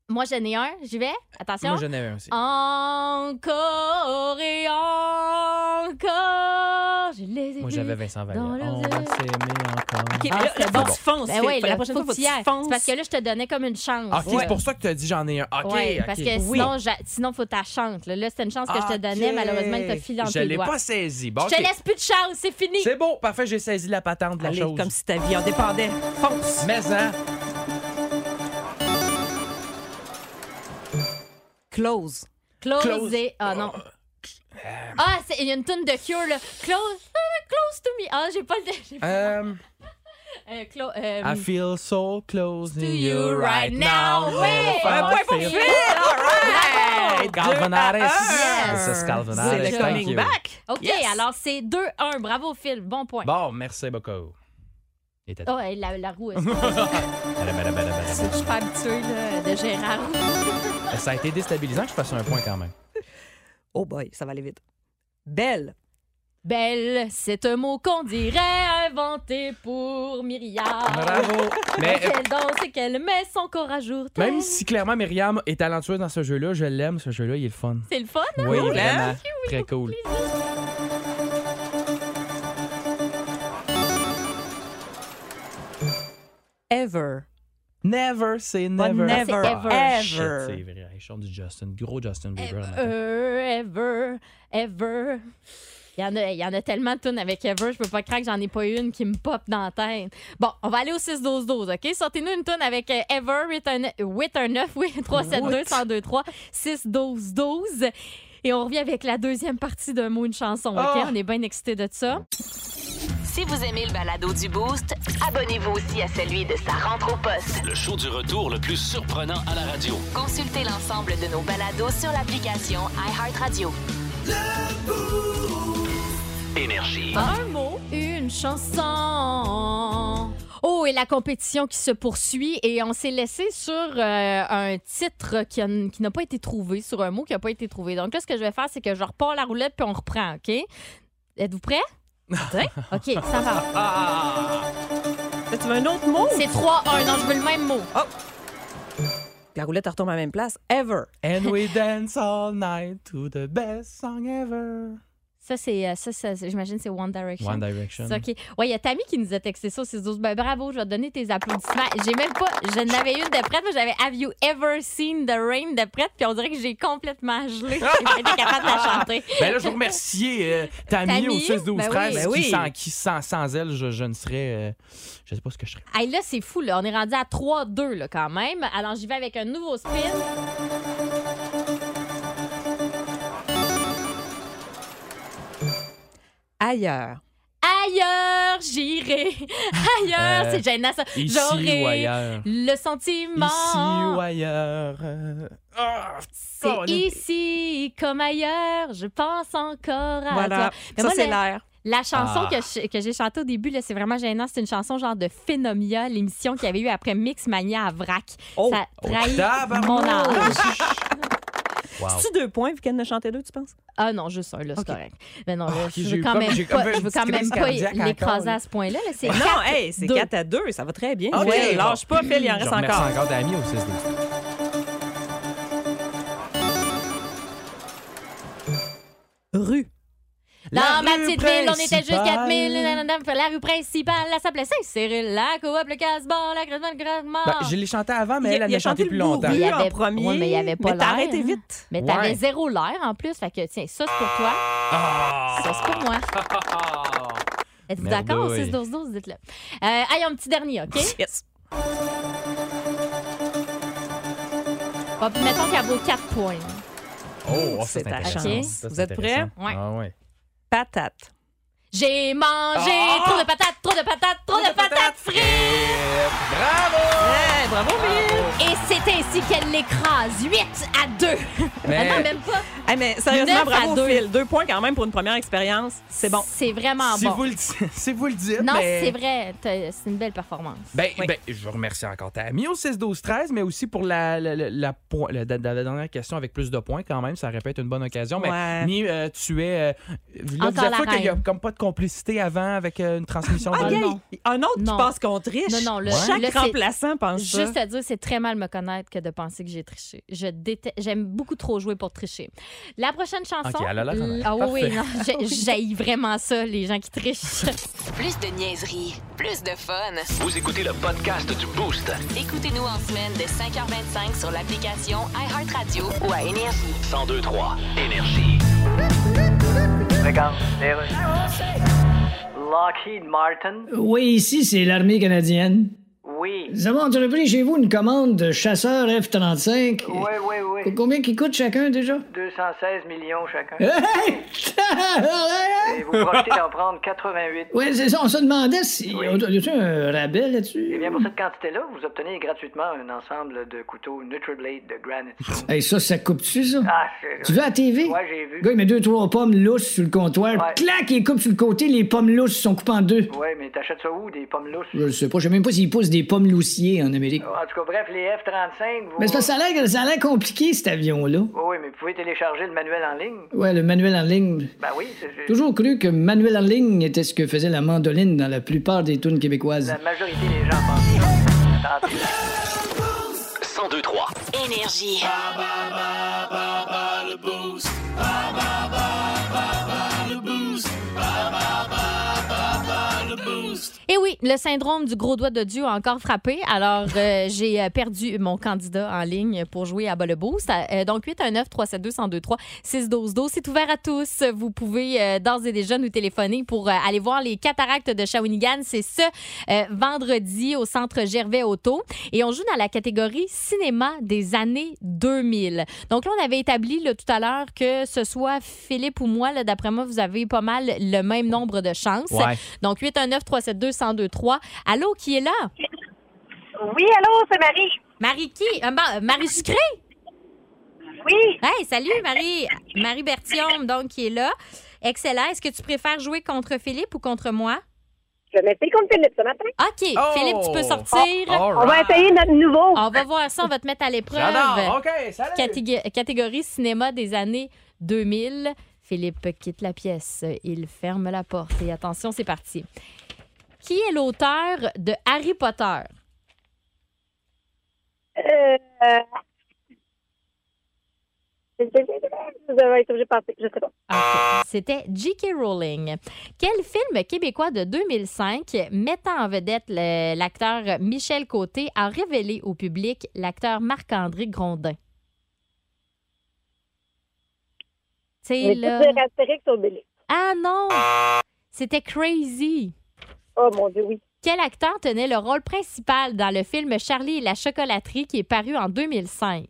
Speaker 3: Moi, j'en ai un. J'y vais. Attention.
Speaker 9: Moi, j'en ai un aussi.
Speaker 3: Encore et encore. Je les ai
Speaker 9: Moi,
Speaker 3: vus
Speaker 9: j'avais Vincent Vallière.
Speaker 3: dans leurs
Speaker 9: On
Speaker 3: yeux.
Speaker 9: va s'aimer encore.
Speaker 10: OK,
Speaker 3: Ah,
Speaker 10: là,
Speaker 3: c'est
Speaker 10: là,
Speaker 3: bon.
Speaker 10: faut que tu fonces.
Speaker 3: Ben
Speaker 10: Phil.
Speaker 3: ouais,
Speaker 10: la
Speaker 3: là,
Speaker 10: prochaine
Speaker 3: faut
Speaker 10: fois,
Speaker 3: que tu y ailles.
Speaker 10: fonces.
Speaker 3: C'est parce que là, je te donnais comme une chance.
Speaker 9: Ah, OK,
Speaker 3: là.
Speaker 9: c'est pour ça que tu as dit j'en ai un. OK,
Speaker 3: Ouais,
Speaker 9: OK.
Speaker 3: parce que sinon, j'a- sinon, faut ta chante. Là, Là, c'était une chance que je te donnais.
Speaker 9: OK.
Speaker 3: Malheureusement, il t'a filé entre
Speaker 9: Je
Speaker 3: les
Speaker 9: l'ai
Speaker 3: doigts.
Speaker 9: pas saisi. Bon,
Speaker 3: je te
Speaker 9: OK.
Speaker 3: laisse plus de chance. C'est fini.
Speaker 9: C'est bon, parfait, j'ai saisi la patente de la
Speaker 10: Allez,
Speaker 9: chose.
Speaker 10: comme si ta vie en dépendait. Fonce.
Speaker 9: Mais hein,
Speaker 10: Close.
Speaker 3: Close.
Speaker 9: Close. Euh.
Speaker 3: et- Ah non. Ah, c'est- il y a une tonne de cure, là. Close. ah, Close to me. Ah, j'ai pas le. j'ai pas-
Speaker 9: euh,
Speaker 3: Euh, clo- euh,
Speaker 9: I feel so close to
Speaker 3: To
Speaker 9: you
Speaker 3: you
Speaker 9: right
Speaker 3: right
Speaker 9: now.
Speaker 3: now. Oui! Un
Speaker 9: Un
Speaker 3: point
Speaker 9: point pour
Speaker 3: pour
Speaker 9: Phil.
Speaker 3: Phil.
Speaker 10: All right.
Speaker 9: Calvinaris.
Speaker 10: Deux à un.
Speaker 9: This is Calvinaris.
Speaker 10: C'est le
Speaker 9: Thank
Speaker 10: coming
Speaker 9: you.
Speaker 10: back.
Speaker 3: OK,
Speaker 10: Yes.
Speaker 3: alors c'est 2-1. Bravo, Phil. Bon point.
Speaker 9: Bon, merci beaucoup. Et t'as-
Speaker 3: Oh, elle la, la roue, est-ce que
Speaker 9: Badabadabadabada.
Speaker 3: je suis pas habituée là, de gérer la roue?
Speaker 9: Ça a été déstabilisant que je fasse un point quand même.
Speaker 10: Oh boy, ça va aller vite. Belle.
Speaker 3: Belle, c'est un mot qu'on dirait inventé pour Myriam.
Speaker 9: Bravo. Mais euh,
Speaker 3: Qu'elle danse et qu'elle met son corps à jour.
Speaker 9: même si clairement Myriam est talentueuse dans ce jeu-là, je l'aime, ce jeu-là, il est le fun.
Speaker 3: C'est le fun, hein?
Speaker 9: Oui, vraiment. Très cool.
Speaker 10: Ever.
Speaker 9: Never, c'est never.
Speaker 10: Pas never.
Speaker 3: Ah, c'est
Speaker 9: Ah,
Speaker 10: Ever.
Speaker 9: shit, C'est vrai. Je chante du Justin. Gros Justin Bieber. le matin.
Speaker 3: Euh, ever, ever. Il y, en a, il y en a tellement de tunes avec Ever, je peux pas croire que j'en ai pas une qui me pop dans la tête. Bon, on va aller au 6-12-12, OK? Sortez-nous une tune avec euh, Ever, 8-1-9, oui, <laughs> 3-7-2-102-3, 6-12-12. Et on revient avec la deuxième partie d'un mot, une chanson, OK?
Speaker 9: Ah!
Speaker 3: On est bien excités de ça.
Speaker 1: Si vous aimez le balado du Boost, abonnez-vous aussi à celui de sa rentre au poste.
Speaker 11: Le show du retour le plus surprenant à la radio.
Speaker 1: Consultez l'ensemble de nos balados sur l'application iHeartRadio.
Speaker 2: Énergie.
Speaker 3: Un mot, une chanson. Oh, et la compétition qui se poursuit. Et on s'est laissé sur euh, un titre qui, a- qui n'a pas été trouvé, sur un mot qui n'a pas été trouvé. Donc là, ce que je vais faire, c'est que je repars la roulette puis on reprend, OK? Êtes-vous prêts? OK, ça va.
Speaker 10: Là, Ah, tu veux un autre mot?
Speaker 3: C'est 3-1. Non, je veux le même mot.
Speaker 10: La roulette elle retombe à la même place. Ever.
Speaker 9: And we dance all night to the best song ever.
Speaker 3: Ça, c'est. euh, Ça, ça, c'est- J'imagine c'est One Direction.
Speaker 9: One Direction.
Speaker 3: C'est OK. Ouais, il y a Tammy qui nous a texté ça. C'est ben, bravo, je vais te donner tes applaudissements. J'ai même pas. Je n'avais une de prête. Moi, j'avais Have You Ever Seen the Rain de prête. Puis on dirait que j'ai complètement gelé. <laughs> J'ai pas été capable de la chanter.
Speaker 9: <laughs> Ben là, je vous remercie euh, Tammy,
Speaker 3: Tammy,
Speaker 9: au 6 12
Speaker 3: ben oui.
Speaker 9: 13
Speaker 3: Ben
Speaker 9: qui,
Speaker 3: oui.
Speaker 9: sans, qui sans, sans elle, je, je ne serais. euh, je sais pas ce que je serais.
Speaker 3: Hey, là, c'est fou, là. On est rendu à 3-2, là, quand même. Alors, j'y vais avec un nouveau spin.
Speaker 10: Ailleurs.
Speaker 3: Ailleurs, j'irai. <laughs> Ailleurs,
Speaker 9: Euh,
Speaker 3: c'est gênant, ça.
Speaker 9: ici
Speaker 3: J'aurai
Speaker 9: ou ailleurs.
Speaker 3: le sentiment.
Speaker 9: Ici ou ailleurs. euh, ah,
Speaker 3: C'est
Speaker 9: colline.
Speaker 3: ici comme ailleurs, je pense encore à
Speaker 10: Voilà.
Speaker 3: toi.
Speaker 10: Ça,
Speaker 3: Ben, moi,
Speaker 10: c'est
Speaker 3: la-
Speaker 10: l'air.
Speaker 3: La chanson
Speaker 10: Ah.
Speaker 3: que je- que j'ai chantée au début, là, c'est vraiment gênant. C'est une chanson genre de Phénomia, l'émission qu'il y avait eu après Mixmania à Vrac.
Speaker 10: Oh,
Speaker 3: Ça trahit mon âge.
Speaker 10: C'est-tu deux points vu qu'elle en a chanté deux, tu penses?
Speaker 3: Ah non, juste un, là, c'est correct. Mais non, là,
Speaker 10: Ah, Ok,
Speaker 3: je
Speaker 10: j'ai
Speaker 3: veux
Speaker 10: eu
Speaker 3: quand
Speaker 10: comme-
Speaker 3: même
Speaker 10: j'ai
Speaker 3: pas,
Speaker 10: comme fait
Speaker 3: je
Speaker 10: une
Speaker 3: veux quand
Speaker 10: petite
Speaker 3: même
Speaker 10: crise
Speaker 3: pas
Speaker 10: cardiaque encore,
Speaker 3: l'écraser
Speaker 10: là.
Speaker 3: à ce point-là. là. C'est
Speaker 10: Non,
Speaker 3: quatre,
Speaker 10: hey, c'est
Speaker 3: deux. Ah
Speaker 10: 4 à 2, ça va très bien.
Speaker 9: Ok,
Speaker 10: Ouais,
Speaker 9: bon.
Speaker 10: lâche pas, Phil, il en
Speaker 9: Ah, Je
Speaker 10: reste
Speaker 9: remercie
Speaker 10: encore.
Speaker 9: encore Tammy au 6 12
Speaker 10: Rue.
Speaker 3: Dans
Speaker 10: La
Speaker 3: ma
Speaker 10: rue
Speaker 3: petite ville, on était juste
Speaker 10: principale.
Speaker 3: 4000. nanana, La rue principale, la s'appelait Saint-Cyril, la coop, le casse-bar, la crête, le grandement.
Speaker 9: Ben, je l'ai chanté avant, mais
Speaker 3: Ah. Il a-
Speaker 9: elle, elle
Speaker 3: il a
Speaker 9: l'a chanté
Speaker 3: chanté
Speaker 9: plus
Speaker 3: le
Speaker 9: longtemps.
Speaker 3: bourri Il en avait-
Speaker 10: premier,
Speaker 3: ouais, mais il y avait pas
Speaker 10: mais t'as
Speaker 3: l'air,
Speaker 10: arrêté
Speaker 3: hein.
Speaker 10: vite.
Speaker 3: Mais t'avais
Speaker 9: Ouais.
Speaker 3: zéro l'air en plus. Fait que, tiens, ça, c'est pour toi.
Speaker 9: Ah.
Speaker 3: Ça, c'est pour moi. Êtes-vous
Speaker 9: Merde,
Speaker 3: d'accord?
Speaker 9: oui.
Speaker 3: 6-12-12, dites-le. Euh, Allez, un petit dernier, OK?
Speaker 10: Yes.
Speaker 3: Bon, puis mettons qu'elle vaut 4 points.
Speaker 9: Oh,
Speaker 10: C'est
Speaker 9: c'est
Speaker 10: ta
Speaker 9: intéressant.
Speaker 10: chance.
Speaker 9: Ça, c'est
Speaker 10: Vous êtes prêts?
Speaker 9: intéressant.
Speaker 3: Ouais.
Speaker 9: Ah ouais.
Speaker 10: Patate.
Speaker 3: J'ai mangé trop de patates, trop de patates, trop, de, patates, frites!
Speaker 9: Bravo!
Speaker 10: bravo,
Speaker 3: Et c'est ainsi qu'elle l'écrase. 8 à 2.
Speaker 10: Mais-
Speaker 3: Ah non, même pas.
Speaker 10: Hey, mais sérieusement,
Speaker 3: Neuf à
Speaker 10: bravo,
Speaker 3: deux.
Speaker 10: Phil. Deux points quand même pour une première expérience. C'est bon.
Speaker 3: C'est vraiment
Speaker 9: Si,
Speaker 3: bon.
Speaker 9: vous le, dites- <laughs> si vous le dites.
Speaker 3: Non,
Speaker 9: mais-
Speaker 3: c'est vrai. t'as- C'est une belle performance.
Speaker 9: Ben, ben, je remercie encore Tammy au 6-12-13, mais aussi pour la, la, la- la point- la- la- la dernière question avec plus de points quand même. Ça aurait pu être une bonne occasion.
Speaker 10: Ouais.
Speaker 9: Mais Mi, euh, tu es. euh, là,
Speaker 10: Encore
Speaker 9: vous êtes
Speaker 10: la
Speaker 9: fois qu'il n'y a
Speaker 10: reine.
Speaker 9: comme pas de complicité avant avec euh,
Speaker 3: <laughs>
Speaker 9: une transmission de
Speaker 10: Ok, un autre qui pense qu'on triche.
Speaker 3: Non, non, là,
Speaker 10: Chaque
Speaker 3: là, c'est-
Speaker 10: remplaçant pense ça.
Speaker 3: Juste à dire, c'est très mal me connaître que de penser que j'ai triché. Je déteste, j'aime beaucoup trop jouer pour tricher. La prochaine chanson.
Speaker 1: Ok, elle a l'air honnête.
Speaker 3: ah oui, oui,
Speaker 1: Parfait.
Speaker 3: non, j'ai- j'haïs vraiment ça, les gens qui trichent.
Speaker 1: Plus de niaiserie, plus de fun.
Speaker 2: Vous écoutez le podcast du Boost.
Speaker 1: Écoutez-nous en semaine de 5h25 sur l'application iHeartRadio ou à Énergie.
Speaker 2: 1023 Énergie.
Speaker 4: Regarde, les rues. Lockheed Martin.
Speaker 5: Oui, ici, c'est l'armée canadienne.
Speaker 4: Oui.
Speaker 5: Nous avons entrepris chez vous une commande de chasseurs F-35.
Speaker 4: Oui, oui, oui.
Speaker 5: Pour combien qui coûte chacun déjà?
Speaker 4: 216 millions chacun.
Speaker 5: <laughs> Hein? Hey!
Speaker 4: Et vous profitez
Speaker 5: <laughs>
Speaker 4: d'en prendre 88.
Speaker 5: Oui, c'est ça, on se demandait si. Y a-tu un rabais
Speaker 4: Eh
Speaker 5: là-dessus?
Speaker 4: bien, pour cette quantité-là, vous obtenez gratuitement un ensemble de couteaux NutriBlade de
Speaker 5: <laughs>
Speaker 4: Granite Stone.
Speaker 5: Hey, ça, ça coupe-tu, ça?
Speaker 4: Ah, c'est-
Speaker 5: Tu veux à la TV?
Speaker 4: Ouais, j'ai vu.
Speaker 5: Le gars, il met deux, trois pommes lousses sur le comptoir. Clac, il coupe sur le côté, les pommes lousses sont coupées en deux.
Speaker 4: Ouais, mais t'achètes ça où, des pommes lousses?
Speaker 5: Je le sais pas, je sais même pas s'ils poussent des pommes loussiers en Amérique.
Speaker 4: En tout cas, bref, les F-35, vous...
Speaker 5: Mais c'est parce que ça a l'air- ça a l'air compliqué, cet avion-là.
Speaker 4: Oui, oui, mais vous pouvez télécharger le manuel en ligne.
Speaker 5: Ouais, le manuel en ligne.
Speaker 4: Ben oui, c'est... c'est-
Speaker 5: Toujours cru que manuel en ligne était ce que faisait la mandoline dans la plupart des tunes québécoises.
Speaker 4: La majorité des gens pensent
Speaker 2: ça. 1023
Speaker 1: Énergie.
Speaker 3: Et Eh oui, le syndrome du gros doigt de Dieu a encore frappé. Alors, euh, j'ai euh, perdu mon candidat en ligne pour jouer à Bas le Boost. Euh, donc, 819-372-1023-612-12. C'est ouvert à tous. Vous pouvez euh, d'ores et déjà nous téléphoner pour euh, aller voir les cataractes de Shawinigan. C'est ce euh, vendredi au centre Gervais Auto. Et on joue dans la catégorie cinéma des années 2000. Donc, là, on avait établi là, tout à l'heure que ce soit Philippe ou moi, là, d'après moi, vous avez pas mal le même nombre de chances.
Speaker 12: Ouais.
Speaker 3: Donc, 819-372-1023. Allô, qui est là?
Speaker 12: Oui, allô, c'est Marie.
Speaker 3: Marie qui? Euh, ma- euh, Marie Sucré?
Speaker 12: Oui.
Speaker 3: Hey, salut, Marie. Marie Bertium, donc, qui est là. Excellent. Est-ce que tu préfères jouer contre Philippe ou contre moi?
Speaker 12: Je vais m'essayer contre Philippe ce matin.
Speaker 3: OK.
Speaker 12: Oh!
Speaker 3: Philippe, tu peux sortir.
Speaker 12: Oh, all On va right. essayer notre nouveau.
Speaker 3: On va voir ça. On va te mettre à l'épreuve.
Speaker 12: J'adore. OK,
Speaker 9: salut.
Speaker 3: Catég- catégorie cinéma des années 2000. Philippe quitte la pièce. Il ferme la porte. Et attention, c'est parti. Qui est l'auteur de Harry Potter?
Speaker 12: Euh, euh, Vous avez été obligé de passer, je sais pas.
Speaker 3: Ah, C'était J.K. Rowling. Quel film québécois de 2005 mettant en vedette le- l'acteur Michel Côté a révélé au public l'acteur Marc-André Grondin?
Speaker 12: Mais
Speaker 3: C'est
Speaker 12: tout
Speaker 3: là.
Speaker 12: dire Astérix Obélix.
Speaker 3: Ah non! C'était crazy!
Speaker 12: Oh mon Dieu, oui.
Speaker 3: Quel acteur tenait le rôle principal dans le film Charlie et la chocolaterie qui est paru en 2005?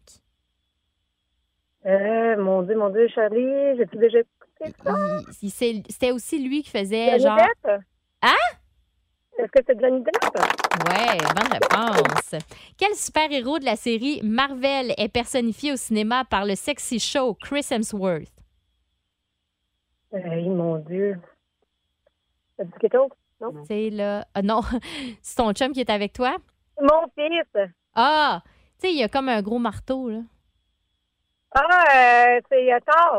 Speaker 12: Euh, mon Dieu, mon Dieu, Charlie, j'ai-tu déjà écouté ça?
Speaker 3: Il- il- c'est- C'était aussi lui qui faisait
Speaker 12: Johnny
Speaker 3: Eh, genre.
Speaker 12: Depp?
Speaker 3: Hein?
Speaker 12: Est-ce que c'est Johnny Depp?
Speaker 3: Ouais, bonne réponse. Quel super-héros de la série Marvel est personnifié au cinéma par le sexy show Chris Hemsworth?
Speaker 12: Hey, Eh, mon Dieu. Ça dit quelque chose? Non?
Speaker 3: C'est là. ah non, <laughs> c'est ton chum qui est avec toi?
Speaker 12: Mon fils.
Speaker 3: Ah! Tu sais, il y a comme un gros marteau, là.
Speaker 12: Ah, euh, c'est euh, Thor.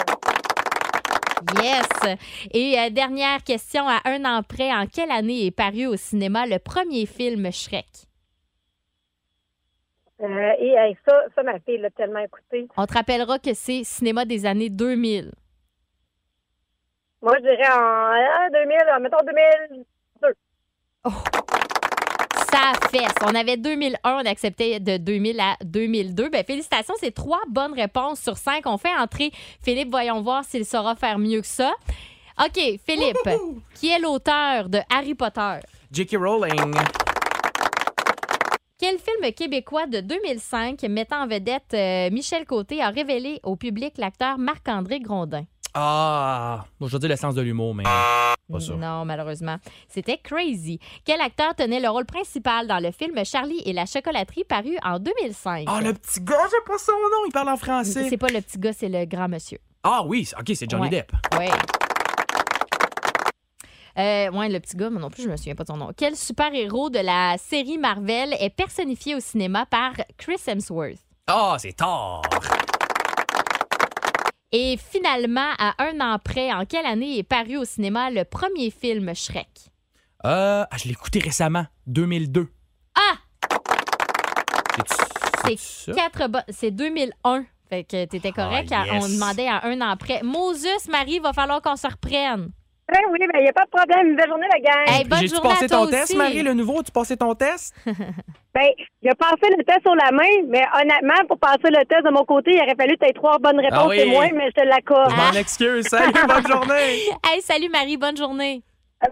Speaker 3: Yes! Et euh, dernière question, à un an près, en quelle année est paru au cinéma le premier film Shrek?
Speaker 12: Euh, et hey, ça, ça, ma fille l'a tellement écouté.
Speaker 3: On te rappellera que c'est cinéma des années 2000.
Speaker 12: Moi, je dirais en, ah, en 2000, en, mettons 2000.
Speaker 3: Ça fesse. On avait 2001, on acceptait de 2000 à 2002. Ben, félicitations, c'est trois bonnes réponses sur cinq. On fait entrer Philippe, voyons voir s'il saura faire mieux que ça. OK, Philippe, qui est l'auteur de Harry Potter?
Speaker 9: J.K. Rowling.
Speaker 3: Quel film québécois de 2005 mettant en vedette euh, Michel Côté a révélé au public l'acteur Marc-André Grondin?
Speaker 9: Ah, bon, je veux dire le sens de l'humour, mais
Speaker 3: Ah,
Speaker 9: pas sûr.
Speaker 3: Non, malheureusement. C'était crazy. Quel acteur tenait le rôle principal dans le film Charlie et la chocolaterie paru en 2005?
Speaker 9: Ah, le petit gars, j'ai pas son nom, il parle en français.
Speaker 3: C'est pas le petit gars, c'est le grand monsieur.
Speaker 9: Ah oui, c'est- ok, c'est Johnny
Speaker 3: Ouais.
Speaker 9: Depp.
Speaker 3: Oui. Euh, ouais, le petit gars, moi non plus, je me souviens pas de son nom. Quel super-héros de la série Marvel est personnifié au cinéma par Chris Hemsworth?
Speaker 9: Ah, c'est Thor.
Speaker 3: Et finalement, à un an près, en quelle année est paru au cinéma le premier film Shrek?
Speaker 9: Euh, ah, je l'ai écouté récemment, 2002.
Speaker 3: Ah!
Speaker 9: C'est-tu-
Speaker 3: C'est
Speaker 9: c'est-tu ça?
Speaker 3: quatre bo- C'est 2001. Fait que t'étais correct.
Speaker 9: Ah,
Speaker 3: à-
Speaker 9: yes.
Speaker 3: On demandait à un an près. Moses, Marie, va falloir qu'on se reprenne.
Speaker 12: Ben oui, ben il n'y a pas de problème. Une belle journée, la gang.
Speaker 3: Hey, bonne
Speaker 9: J'ai-tu
Speaker 3: journée
Speaker 9: passé
Speaker 3: à toi
Speaker 9: ton
Speaker 3: aussi.
Speaker 9: test, Marie, le nouveau? Tu passais ton test?
Speaker 12: Ben, il a passé le test sur la main, mais honnêtement, pour passer le test de mon côté, il aurait fallu que tu trois bonnes réponses
Speaker 9: Ah oui.
Speaker 12: et moins, mais je te
Speaker 3: Ah.
Speaker 12: l'accorde.
Speaker 9: Je m'en excuse. Salut, bonne journée.
Speaker 3: <laughs> Hey, salut Marie, bonne journée.
Speaker 13: Ah.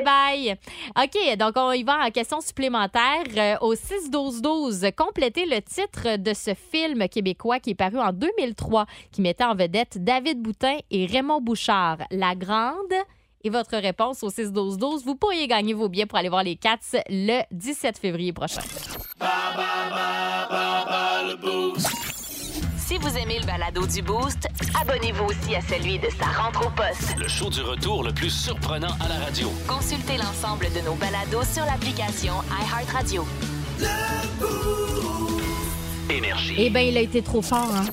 Speaker 12: bye.
Speaker 3: bye. OK, donc on y va en question supplémentaire. Euh, au 6-12-12, complétez le titre de ce film québécois qui est paru en 2003, qui mettait en vedette David Boutin et Raymond Bouchard. La Grande. Et votre réponse au 6-12-12, vous pourriez gagner vos billets pour aller voir les Cats le 17 février prochain.
Speaker 1: Si vous aimez le balado du Boost, abonnez-vous aussi à celui de sa rentre au poste.
Speaker 11: Le show du retour le plus surprenant à la radio.
Speaker 1: Consultez l'ensemble de nos balados sur l'application iHeartRadio.
Speaker 11: Énergie.
Speaker 3: Eh bien, il a été trop fort, hein?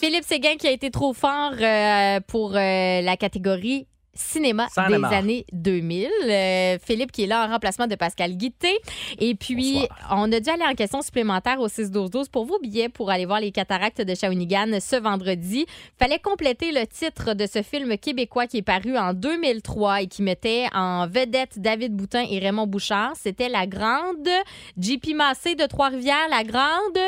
Speaker 3: Philippe Séguin qui a été trop fort euh, pour euh, la catégorie cinéma
Speaker 1: Sans
Speaker 3: des
Speaker 1: la marre.
Speaker 3: années 2000. Euh, Philippe qui est là en remplacement de Pascal Guitté. Et puis, on a dû aller en question supplémentaire au 6-12-12 pour vos billets pour aller voir les cataractes de Shawinigan ce vendredi. Fallait compléter le titre de ce film québécois qui est paru en 2003 et qui mettait en vedette David Boutin et Raymond Bouchard. C'était La Grande. JP Massé de Trois-Rivières, La Grande.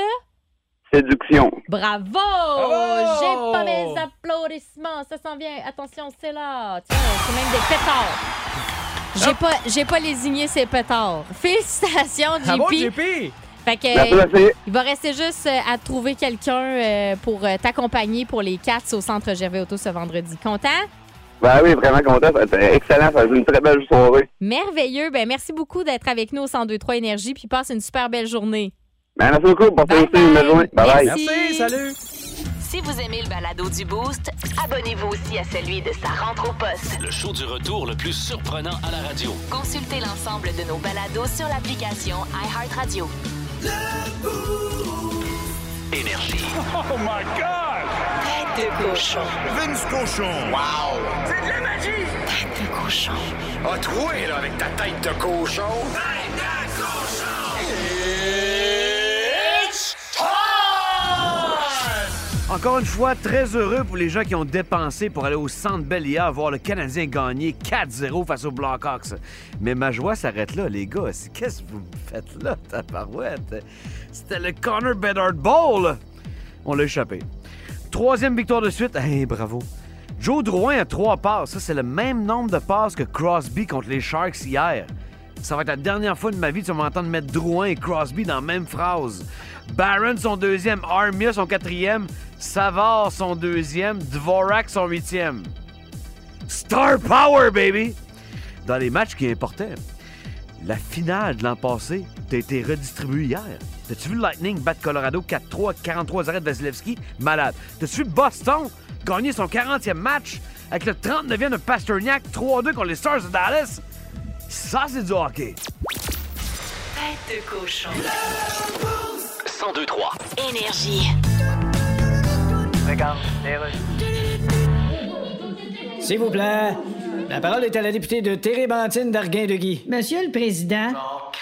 Speaker 14: Séduction.
Speaker 3: Bravo! J'ai pas mes applaudissements. Ça s'en vient. Attention, c'est là. Tiens, c'est même des pétards. J'ai pas, j'ai pas lésigné ces pétards. <laughs> Félicitations, JP.
Speaker 9: Ah bon, JP?
Speaker 3: Fait que, euh,
Speaker 9: Merci, merci.
Speaker 3: il va rester juste euh, à trouver quelqu'un euh, pour euh, t'accompagner pour les Cats au Centre Gervais Auto ce vendredi. Content?
Speaker 14: Ben oui, vraiment content. Ça a été excellent. Ça a été une très belle soirée.
Speaker 3: Merveilleux. Ben, merci beaucoup d'être avec nous au 1023 Énergie. Puis passe une super belle journée.
Speaker 14: Ben, merci beaucoup. Passez aussi une belle journée. Bye bye.
Speaker 1: Si vous aimez le balado du Boost, abonnez-vous aussi à celui de sa rentre au poste.
Speaker 11: Le show du retour le plus surprenant à la radio.
Speaker 1: Consultez l'ensemble de nos balados sur l'application iHeartRadio.
Speaker 6: Énergie. Oh my God! Tête de cochon. Vince cochon. Wow! C'est de
Speaker 2: La magie! Tête de cochon. A troué, là, avec ta tête de cochon. Tête de cochon! It's time!
Speaker 13: Encore une fois, très heureux pour les gens qui ont dépensé pour aller au Centre Bell hier voir le Canadien gagner 4-0 face aux Blackhawks. Mais ma joie s'arrête là, les gars. C'est- Qu'est-ce que vous me faites là, tabarouette? C'était le Connor Bedard Bowl. On l'a échappé. Troisième victoire de suite. Hey, bravo. Joe Drouin a trois passes. Ça, c'est le même nombre de passes que Crosby contre les Sharks hier. Ça va être la dernière fois de ma vie que tu vas m'entendre mettre Drouin et Crosby dans la même phrase. Barron, son deuxième. Armia, son quatrième. Savard, son deuxième. Dvorak, son huitième. Star Power, baby! Dans les matchs qui importaient, la finale de l'an passé t'a été redistribuée hier. T'as-tu vu le Lightning battre Colorado 4-3, 43 arrêts de Vasilevski? Malade. T'as-tu vu Boston gagner son 40e match avec le 39e de Pasternak 3-2 contre les Stars de Dallas? Ça, c'est du hockey.
Speaker 1: Tête de cochon.
Speaker 2: 102-3.
Speaker 1: Énergie.
Speaker 5: S'il vous plaît, la parole est à la députée de Térébentine d'Arguin-de-Guy.
Speaker 15: Monsieur le Président,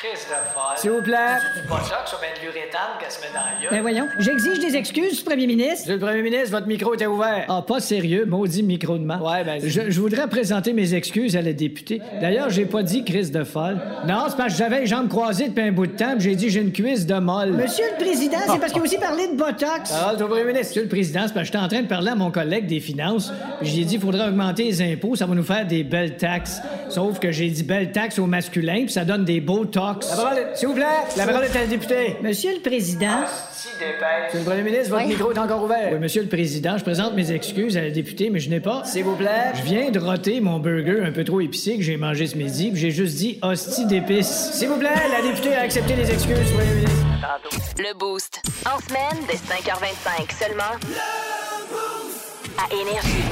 Speaker 5: Crise d'affaires. S'il vous plaît. C'est pas ça que ça va être l'urétane qu'elle se met dans
Speaker 15: ben voyons, j'exige des excuses, Premier ministre.
Speaker 5: Monsieur le premier ministre, votre micro était ouvert. Ah, pas sérieux, maudit micro de main. Ouais, ben. Je, je voudrais présenter mes excuses à la députée. D'ailleurs, j'ai pas dit crise de folle. Non, c'est parce que j'avais les jambes croisées depuis un bout de temps, puis j'ai dit j'ai une cuisse de molle.
Speaker 15: Monsieur le Président, c'est parce qu'il a aussi parlé de Botox.
Speaker 5: Parole au premier ministre. Monsieur le Président, c'est parce que j'étais en train de parler à mon collègue des finances. puis J'ai dit qu'il faudrait augmenter les impôts, ça va nous faire des belles taxes. Sauf que j'ai dit belles taxes au masculin, puis ça donne des beaux tox.
Speaker 15: La parole est-
Speaker 5: S'il vous plaît, la parole est à la députée.
Speaker 15: Monsieur le Président,
Speaker 5: Monsieur le Premier ministre, votre
Speaker 15: Oui.
Speaker 5: micro est encore ouvert. Oui, Monsieur le Président, je présente mes excuses à la députée, mais je n'ai pas. S'il vous plaît. Je viens de roter mon burger un peu trop épicé que j'ai mangé ce midi, puis j'ai juste dit hostie d'épices. S'il vous plaît, la députée a accepté les excuses, Premier ministre.
Speaker 1: Le Boost. En semaine, dès 5h25 seulement. À Énergie.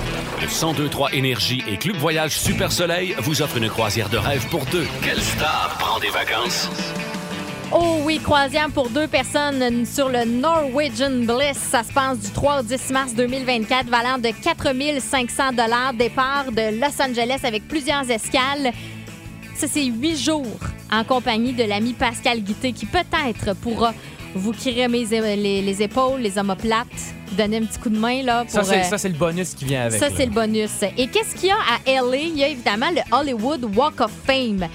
Speaker 11: Le 1023 Énergie et Club Voyage Super Soleil vous offre une croisière de rêve pour deux.
Speaker 2: Quelle star prend des vacances?
Speaker 3: Oh oui, croisière pour deux personnes sur le Norwegian Bliss. Ça se passe du 3 au 10 mars 2024, valant de 4 500 départ de Los Angeles avec plusieurs escales. Ça, c'est huit jours en compagnie de l'ami Pascal Guité qui peut-être pourra vous crémer les, les- les épaules, les omoplates, donner un petit coup de main. Là,
Speaker 9: Ça,
Speaker 3: pour,
Speaker 9: c'est
Speaker 3: euh,
Speaker 9: ça, c'est le bonus qui vient avec.
Speaker 3: ça,
Speaker 9: là.
Speaker 3: c'est le bonus. Et qu'est-ce qu'il y a à LA? Il y a évidemment le Hollywood Walk of Fame.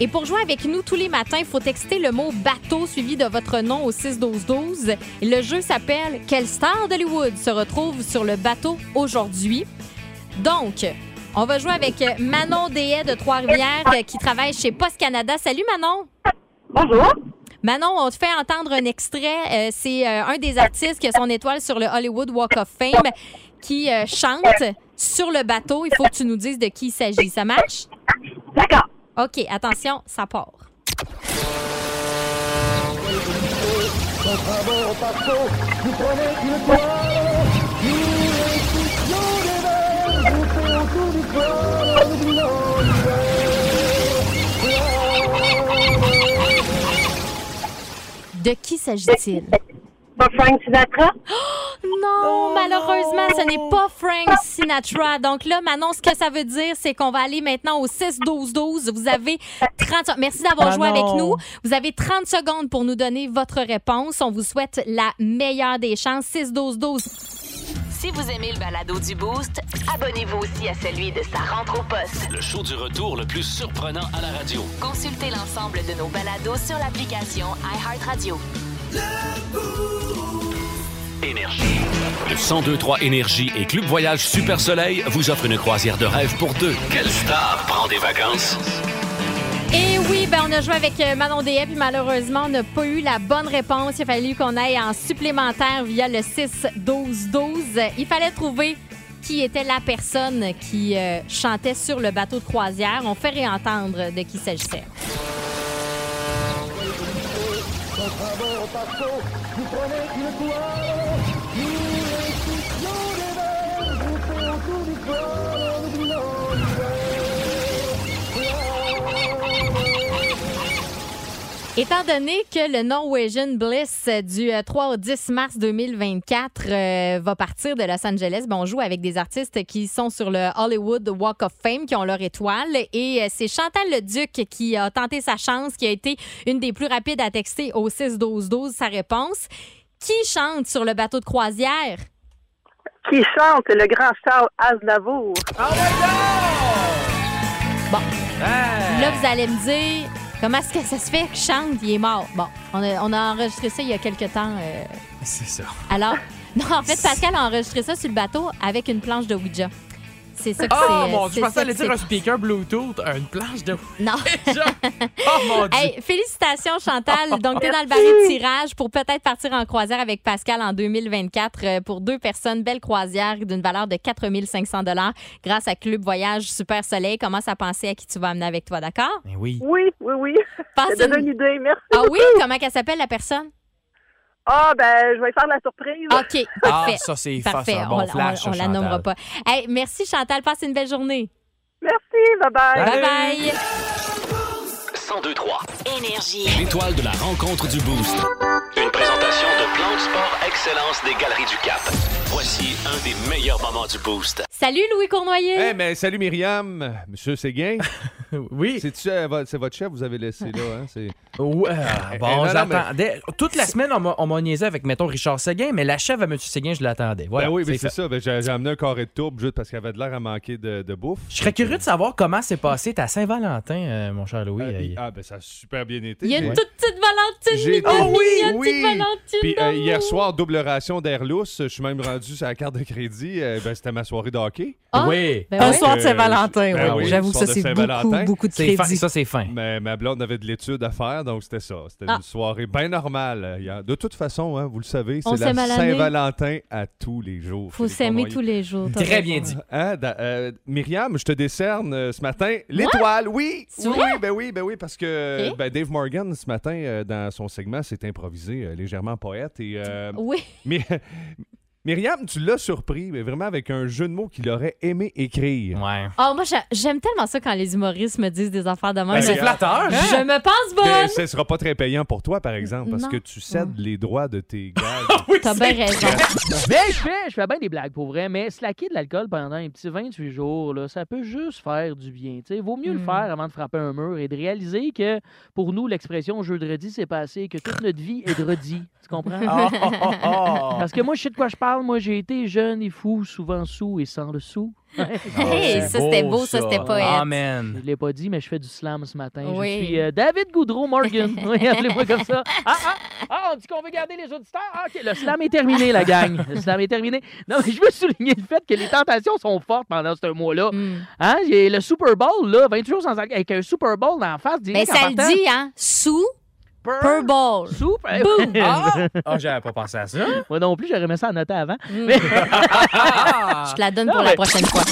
Speaker 3: Et pour jouer avec nous tous les matins, il faut texter le mot bateau suivi de votre nom au 6-12-12. Le jeu s'appelle Quelle star d'Hollywood se retrouve sur le bateau aujourd'hui? Donc, on va jouer avec Manon Deshaies de Trois-Rivières euh, qui travaille chez Post Canada. Salut Manon! Bonjour! Manon, on te fait entendre un extrait. Euh, c'est euh, un des artistes qui a son étoile sur le Hollywood Walk of Fame qui euh, chante sur le bateau. Il faut que tu nous dises de qui il s'agit. Ça marche? D'accord. OK, attention, ça part. De qui s'agit-il?
Speaker 12: Pas Frank Sinatra?
Speaker 3: Non, malheureusement, ce n'est pas Frank Sinatra. Donc là, Manon, ce que ça veut dire, c'est qu'on va aller maintenant au 6-12-12. Vous avez 30... se- Merci d'avoir joué avec
Speaker 16: Manon.
Speaker 3: nous. Vous avez 30 secondes pour nous donner votre réponse. On vous souhaite la meilleure des chances. 6-12-12.
Speaker 1: Si vous aimez le balado du Boost, abonnez-vous aussi à celui de sa rentre au poste.
Speaker 11: Le show du retour le plus surprenant à la radio.
Speaker 1: Consultez l'ensemble de nos balados sur l'application iHeartRadio.
Speaker 11: Énergie. Le 1023 Énergie et Club Voyage Super Soleil vous offre une croisière de rêve pour deux.
Speaker 2: Quelle star prend des vacances?
Speaker 3: Et oui, ben on a joué avec euh, Manon Deshaies, puis malheureusement, on n'a pas eu la bonne réponse. Il a fallu qu'on aille en supplémentaire via le 6-12-12. Il fallait trouver qui était la personne qui euh, chantait sur le bateau de croisière. On fait réentendre de qui il s'agissait. Étant donné que le Norwegian Bliss du euh, 3 au 10 mars 2024 euh, va partir de Los Angeles, ben, on joue avec des artistes qui sont sur le Hollywood Walk of Fame, qui ont leur étoile. Et euh, c'est Chantal Leduc qui a tenté sa chance, qui a été une des plus rapides à texter au 6-12-12 sa réponse. Qui chante sur le bateau de croisière?
Speaker 12: Qui chante le grand Charles Aznavour.
Speaker 3: Bon. Là, vous allez me dire, comment est-ce que ça se fait que Chante, il est mort? Bon, on a, on a enregistré ça il y a quelques temps. euh,
Speaker 9: <laughs> C'est ça.
Speaker 3: alors, <laughs> non, en fait, Pascal a enregistré ça sur le bateau avec une planche de Ouija. C'est ça que c'est. euh,
Speaker 9: Oh mon dieu,
Speaker 3: c'est
Speaker 9: je pensais
Speaker 3: ça
Speaker 9: aller
Speaker 3: que
Speaker 9: dire un
Speaker 3: c'est.
Speaker 9: speaker Bluetooth, une
Speaker 3: <laughs>
Speaker 9: planche de.
Speaker 3: Non.
Speaker 9: <laughs> Oh mon dieu.
Speaker 3: Hey, félicitations,
Speaker 9: <laughs>
Speaker 3: Chantal. Donc, tu es dans le baril de tirage pour peut-être partir en croisière avec Pascal en 2024 euh, pour deux personnes. Belle croisière d'une valeur de 4500 grâce à Club Voyage Super Soleil. Commence à penser à qui tu vas amener avec toi, d'accord?
Speaker 9: Ben oui.
Speaker 12: Oui, oui, oui.
Speaker 3: Passe
Speaker 9: Eh ben,
Speaker 12: Ça donne
Speaker 3: une-
Speaker 12: une idée, merci.
Speaker 3: Ah oui?
Speaker 12: beaucoup.
Speaker 3: Comment qu'elle s'appelle, la personne?
Speaker 12: Ah, ben, je vais faire la surprise.
Speaker 3: OK, parfait.
Speaker 9: Ah, ça, c'est
Speaker 3: parfait.
Speaker 9: fa- c'est un
Speaker 3: on,
Speaker 9: bon
Speaker 3: on-
Speaker 9: flash,
Speaker 3: on
Speaker 9: ça,
Speaker 3: la nommera pas.
Speaker 9: Chantal.
Speaker 3: Hey, merci, Chantal. Passe une belle journée.
Speaker 12: Merci, bye-bye.
Speaker 3: Bye-bye.
Speaker 11: 1023.
Speaker 1: Énergie.
Speaker 11: L'étoile de la rencontre du Boost. Une présentation de Plan de Sport Excellence des Galeries du Cap. Voici un des meilleurs moments du Boost.
Speaker 3: Salut, Louis Cournoyer.
Speaker 16: Eh ben, salut Myriam, Monsieur <laughs> Séguin.
Speaker 9: oui.
Speaker 16: C'est euh, vo- c'est votre chef que vous avez laissé là, hein? C'est...
Speaker 9: Ouais, euh,
Speaker 16: Eh, non,
Speaker 9: bon,
Speaker 16: non,
Speaker 9: j'attendais. Toute la semaine, on m'a- on m'a niaisé avec, mettons, Richard Seguin, mais la chèvre à M. Seguin, je l'attendais. Voilà,
Speaker 16: ben oui, mais c'est
Speaker 9: c'est fait.
Speaker 16: ça. Ben, j'ai, j'ai amené un carré de tourbe juste parce qu'elle avait de l'air à manquer euh, de, de bouffe.
Speaker 9: Je serais curieux de savoir comment s'est passé ta Saint-Valentin, euh, mon cher Louis. euh,
Speaker 16: Ah, ben ça a super bien été.
Speaker 3: Il y a une
Speaker 16: Ouais.
Speaker 3: toute petite Valentine.
Speaker 16: J'ai été-
Speaker 3: mignonne,
Speaker 16: Oh oui,
Speaker 3: mignonne,
Speaker 16: oui.
Speaker 3: petite Valentine
Speaker 16: Puis euh,
Speaker 3: d'amour.
Speaker 16: hier soir, double ration d'air lousse. Je suis même rendu sur la carte de crédit. Euh, ben, c'était ma soirée de hockey.
Speaker 3: Ah,
Speaker 9: Oui.
Speaker 10: ben Un oui. soir de Saint-Valentin,
Speaker 16: Ben
Speaker 10: ouais. J'avoue
Speaker 16: le
Speaker 10: que
Speaker 16: soir
Speaker 10: ça,
Speaker 16: de
Speaker 10: c'est
Speaker 16: Saint-Valentin.
Speaker 10: beaucoup, beaucoup de C'est fin, crédit. ça,
Speaker 9: c'est fin.
Speaker 16: Mais ma blonde avait de l'étude à faire, donc c'était ça. C'était
Speaker 3: Ah.
Speaker 16: une soirée bien normale. euh, hier. De toute façon, hein, vous le savez,
Speaker 3: On
Speaker 16: c'est la
Speaker 3: s'aime à l'année.
Speaker 16: Saint-Valentin à tous les jours.
Speaker 3: Faut
Speaker 16: Philippe
Speaker 3: s'aimer
Speaker 16: Cournoyer.
Speaker 3: tous les jours. t'as raison.
Speaker 16: Hein, da- euh, Myriam, je te décerne euh, ce matin l'étoile, oui.
Speaker 3: C'est
Speaker 16: Oui,
Speaker 3: vrai?
Speaker 16: ben oui, ben oui, parce que
Speaker 3: Ok.
Speaker 16: ben, Dave Morgan, ce matin, euh, dans son segment, s'est improvisé euh, légèrement poète. Et, euh,
Speaker 3: Oui.
Speaker 16: My- <laughs> Myriam, tu l'as surpris, mais vraiment avec un jeu de mots qu'il aurait aimé écrire.
Speaker 9: Ouais.
Speaker 3: Ah, moi, j'a- j'aime tellement ça quand les humoristes me disent des affaires de même.
Speaker 16: Ben, c'est
Speaker 3: Je-
Speaker 16: flatteur, hein?
Speaker 3: Je me pense bonne.
Speaker 16: ce sera pas très payant pour toi, par exemple, parce
Speaker 3: Non.
Speaker 16: que tu cèdes les droits de
Speaker 3: <laughs>
Speaker 16: tes gars.
Speaker 3: T'as bien raison.
Speaker 8: Mais je fais, je fais bien des blagues pour vrai, mais slacker de l'alcool pendant un petit 28 jours, là, ça peut juste faire du bien. Il vaut mieux le
Speaker 9: Mm.
Speaker 8: faire avant de frapper un mur et de réaliser que pour nous, l'expression jeu de redis, c'est passé, que toute notre vie est de redis. Tu comprends?
Speaker 9: Ah, ah, ah, ah.
Speaker 8: Parce que moi, je sais de quoi je parle. Moi, j'ai été jeune et fou, souvent sous et sans le sou.
Speaker 3: <laughs> <laughs> Hey, ça, c'était beau, ça, c'était poète.
Speaker 16: Ah,
Speaker 9: Amen.
Speaker 8: Je l'ai pas dit, mais je fais du slam ce matin.
Speaker 3: Oui.
Speaker 8: Je suis euh, David Goudreau Morgan.
Speaker 3: <laughs>
Speaker 8: Oui, appelez-moi comme ça. Ah, ah, ah, on dit qu'on veut garder les auditeurs. Ah, OK, le slam est terminé, la gang. Le slam est terminé. Non, mais je veux souligner le fait que les tentations sont fortes pendant ce mois-là.
Speaker 3: Mm.
Speaker 8: Hein? j'ai Le Super Bowl, là, 28 jours sans alcool, avec un Super Bowl dans la face.
Speaker 3: Mais ça le dit, hein? Sous.
Speaker 16: Ah.
Speaker 3: Per ball.
Speaker 8: Sous.
Speaker 3: Boom. Mm.
Speaker 9: Ah, Ah, j'avais pas pensé à ça.
Speaker 8: <laughs> Moi non plus, j'aurais aimé ça à noter avant. Mais-
Speaker 3: Je te la donne pour la prochaine fois.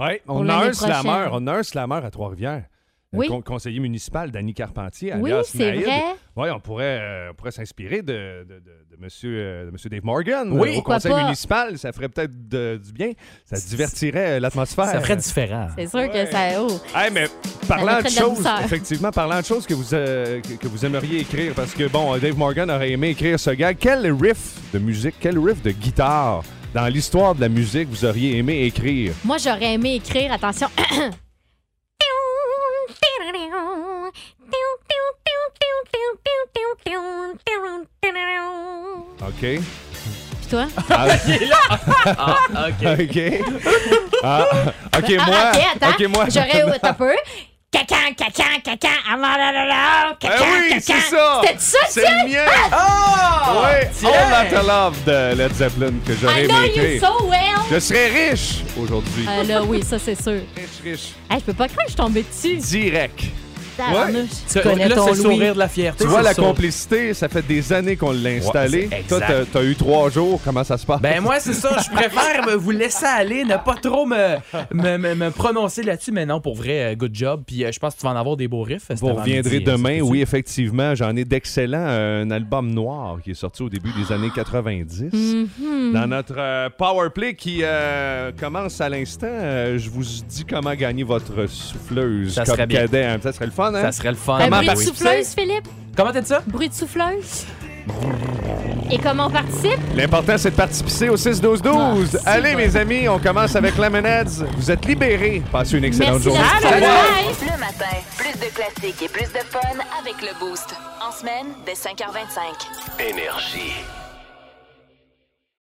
Speaker 16: Ouais,
Speaker 3: Pour
Speaker 16: on a un
Speaker 3: l'année prochaine.
Speaker 16: slammer, on a un slammer à Trois-Rivières. Le
Speaker 3: Oui.
Speaker 16: con- conseiller municipal, Danny Carpentier,
Speaker 3: Oui,
Speaker 16: alias
Speaker 3: c'est
Speaker 16: Naïd.
Speaker 3: vrai.
Speaker 16: Ouais, on pourrait, euh, on pourrait s'inspirer de, de, de- de monsieur, euh, de monsieur Dave Morgan
Speaker 9: Oui.
Speaker 16: euh, au
Speaker 9: Pourquoi
Speaker 16: conseil
Speaker 9: pas?
Speaker 16: municipal. Ça ferait peut-être de- du bien. Ça divertirait euh, l'atmosphère.
Speaker 9: Ça ferait différent.
Speaker 3: C'est sûr que ça. Oh.
Speaker 16: Hey, mais parlant
Speaker 3: Ça
Speaker 16: de
Speaker 3: mettrait de la
Speaker 16: choses,
Speaker 3: douceur.
Speaker 16: effectivement, parlant de choses que vous, euh, que, que vous aimeriez écrire, parce que, bon, euh, Dave Morgan aurait aimé écrire ce gars. Quel riff de musique, quel riff de guitare dans l'histoire de la musique vous auriez aimé écrire?
Speaker 3: Moi, j'aurais aimé écrire, attention. <coughs>
Speaker 16: OK?
Speaker 3: Puis toi?
Speaker 16: Ah,
Speaker 9: Ah,
Speaker 16: <laughs>
Speaker 9: OK.
Speaker 16: OK. Ah, OK,
Speaker 3: Ah,
Speaker 16: moi.
Speaker 3: ok, attends.
Speaker 16: OK, moi.
Speaker 3: J'aurais.
Speaker 16: <laughs>
Speaker 3: T'as peu. Cacan, cacan, cacan, ah, la, la, la, la,
Speaker 16: Eh
Speaker 3: cacan,
Speaker 16: oui, c'est
Speaker 3: cacan.
Speaker 16: ça!
Speaker 3: C'était ça,
Speaker 16: C'est le mien!
Speaker 3: Ah!
Speaker 16: Ouais,
Speaker 9: Tiens!
Speaker 16: All That I Love de Led Zeppelin que j'aurais
Speaker 3: I
Speaker 16: aimé
Speaker 3: know you
Speaker 16: écrire.
Speaker 3: so well.
Speaker 16: Je serais riche aujourd'hui.
Speaker 3: Ah, là, oui, ça, c'est sûr.
Speaker 16: Riche, riche.
Speaker 3: Hey, je peux pas croire que je suis tombée dessus.
Speaker 16: Direct.
Speaker 3: Tabarnouche.
Speaker 9: Tu connais
Speaker 16: Là,
Speaker 9: ton
Speaker 16: c'est le
Speaker 9: Louis.
Speaker 16: sourire de la fierté. Tu vois,
Speaker 9: c'est
Speaker 16: la
Speaker 9: ça.
Speaker 16: complicité, ça fait des années qu'on l'a installée.
Speaker 9: Ouais, c'est
Speaker 16: Toi, t'as-
Speaker 9: exact.
Speaker 16: t'as eu trois jours. Comment ça se passe?
Speaker 9: Ben moi, c'est ça. Je préfère me vous laisser aller, ne pas trop me, me, me- me prononcer là-dessus. Mais non, pour vrai, euh, good job. Puis euh, je pense que tu vas en avoir des beaux riffs. euh,
Speaker 16: Vous reviendrez demain, oui, effectivement. J'en ai d'excellents. euh, Un album noir qui est sorti au début des années 90.
Speaker 3: Mm-hmm.
Speaker 2: Mhm.
Speaker 16: Dans notre euh, Power Play qui euh, commence à l'instant, euh, je vous dis comment gagner votre souffleuse.
Speaker 9: Ça serait
Speaker 16: Cop
Speaker 9: bien.
Speaker 16: Cadet, hein. Ça serait le fun, hein?
Speaker 9: Ça serait le fun.
Speaker 3: Un
Speaker 9: Ben,
Speaker 16: Comment
Speaker 3: Ben, bruit de
Speaker 16: participer?
Speaker 3: souffleuse, Philippe?
Speaker 9: Comment t'as dit ça?
Speaker 3: Bruit de souffleuse. Et comment on participe?
Speaker 16: L'important, c'est de participer au 6-12-12.
Speaker 3: Ah,
Speaker 16: Allez,
Speaker 3: c'est
Speaker 16: mes amis, on commence avec Lemonades. Vous êtes libérés. Passez une excellente
Speaker 1: Merci
Speaker 16: journée.
Speaker 1: d'avoir
Speaker 16: Au
Speaker 1: été
Speaker 16: revoir.
Speaker 1: là. Le matin, plus de classiques et plus de fun avec le Boost. En semaine, dès 5h25.
Speaker 11: Énergie.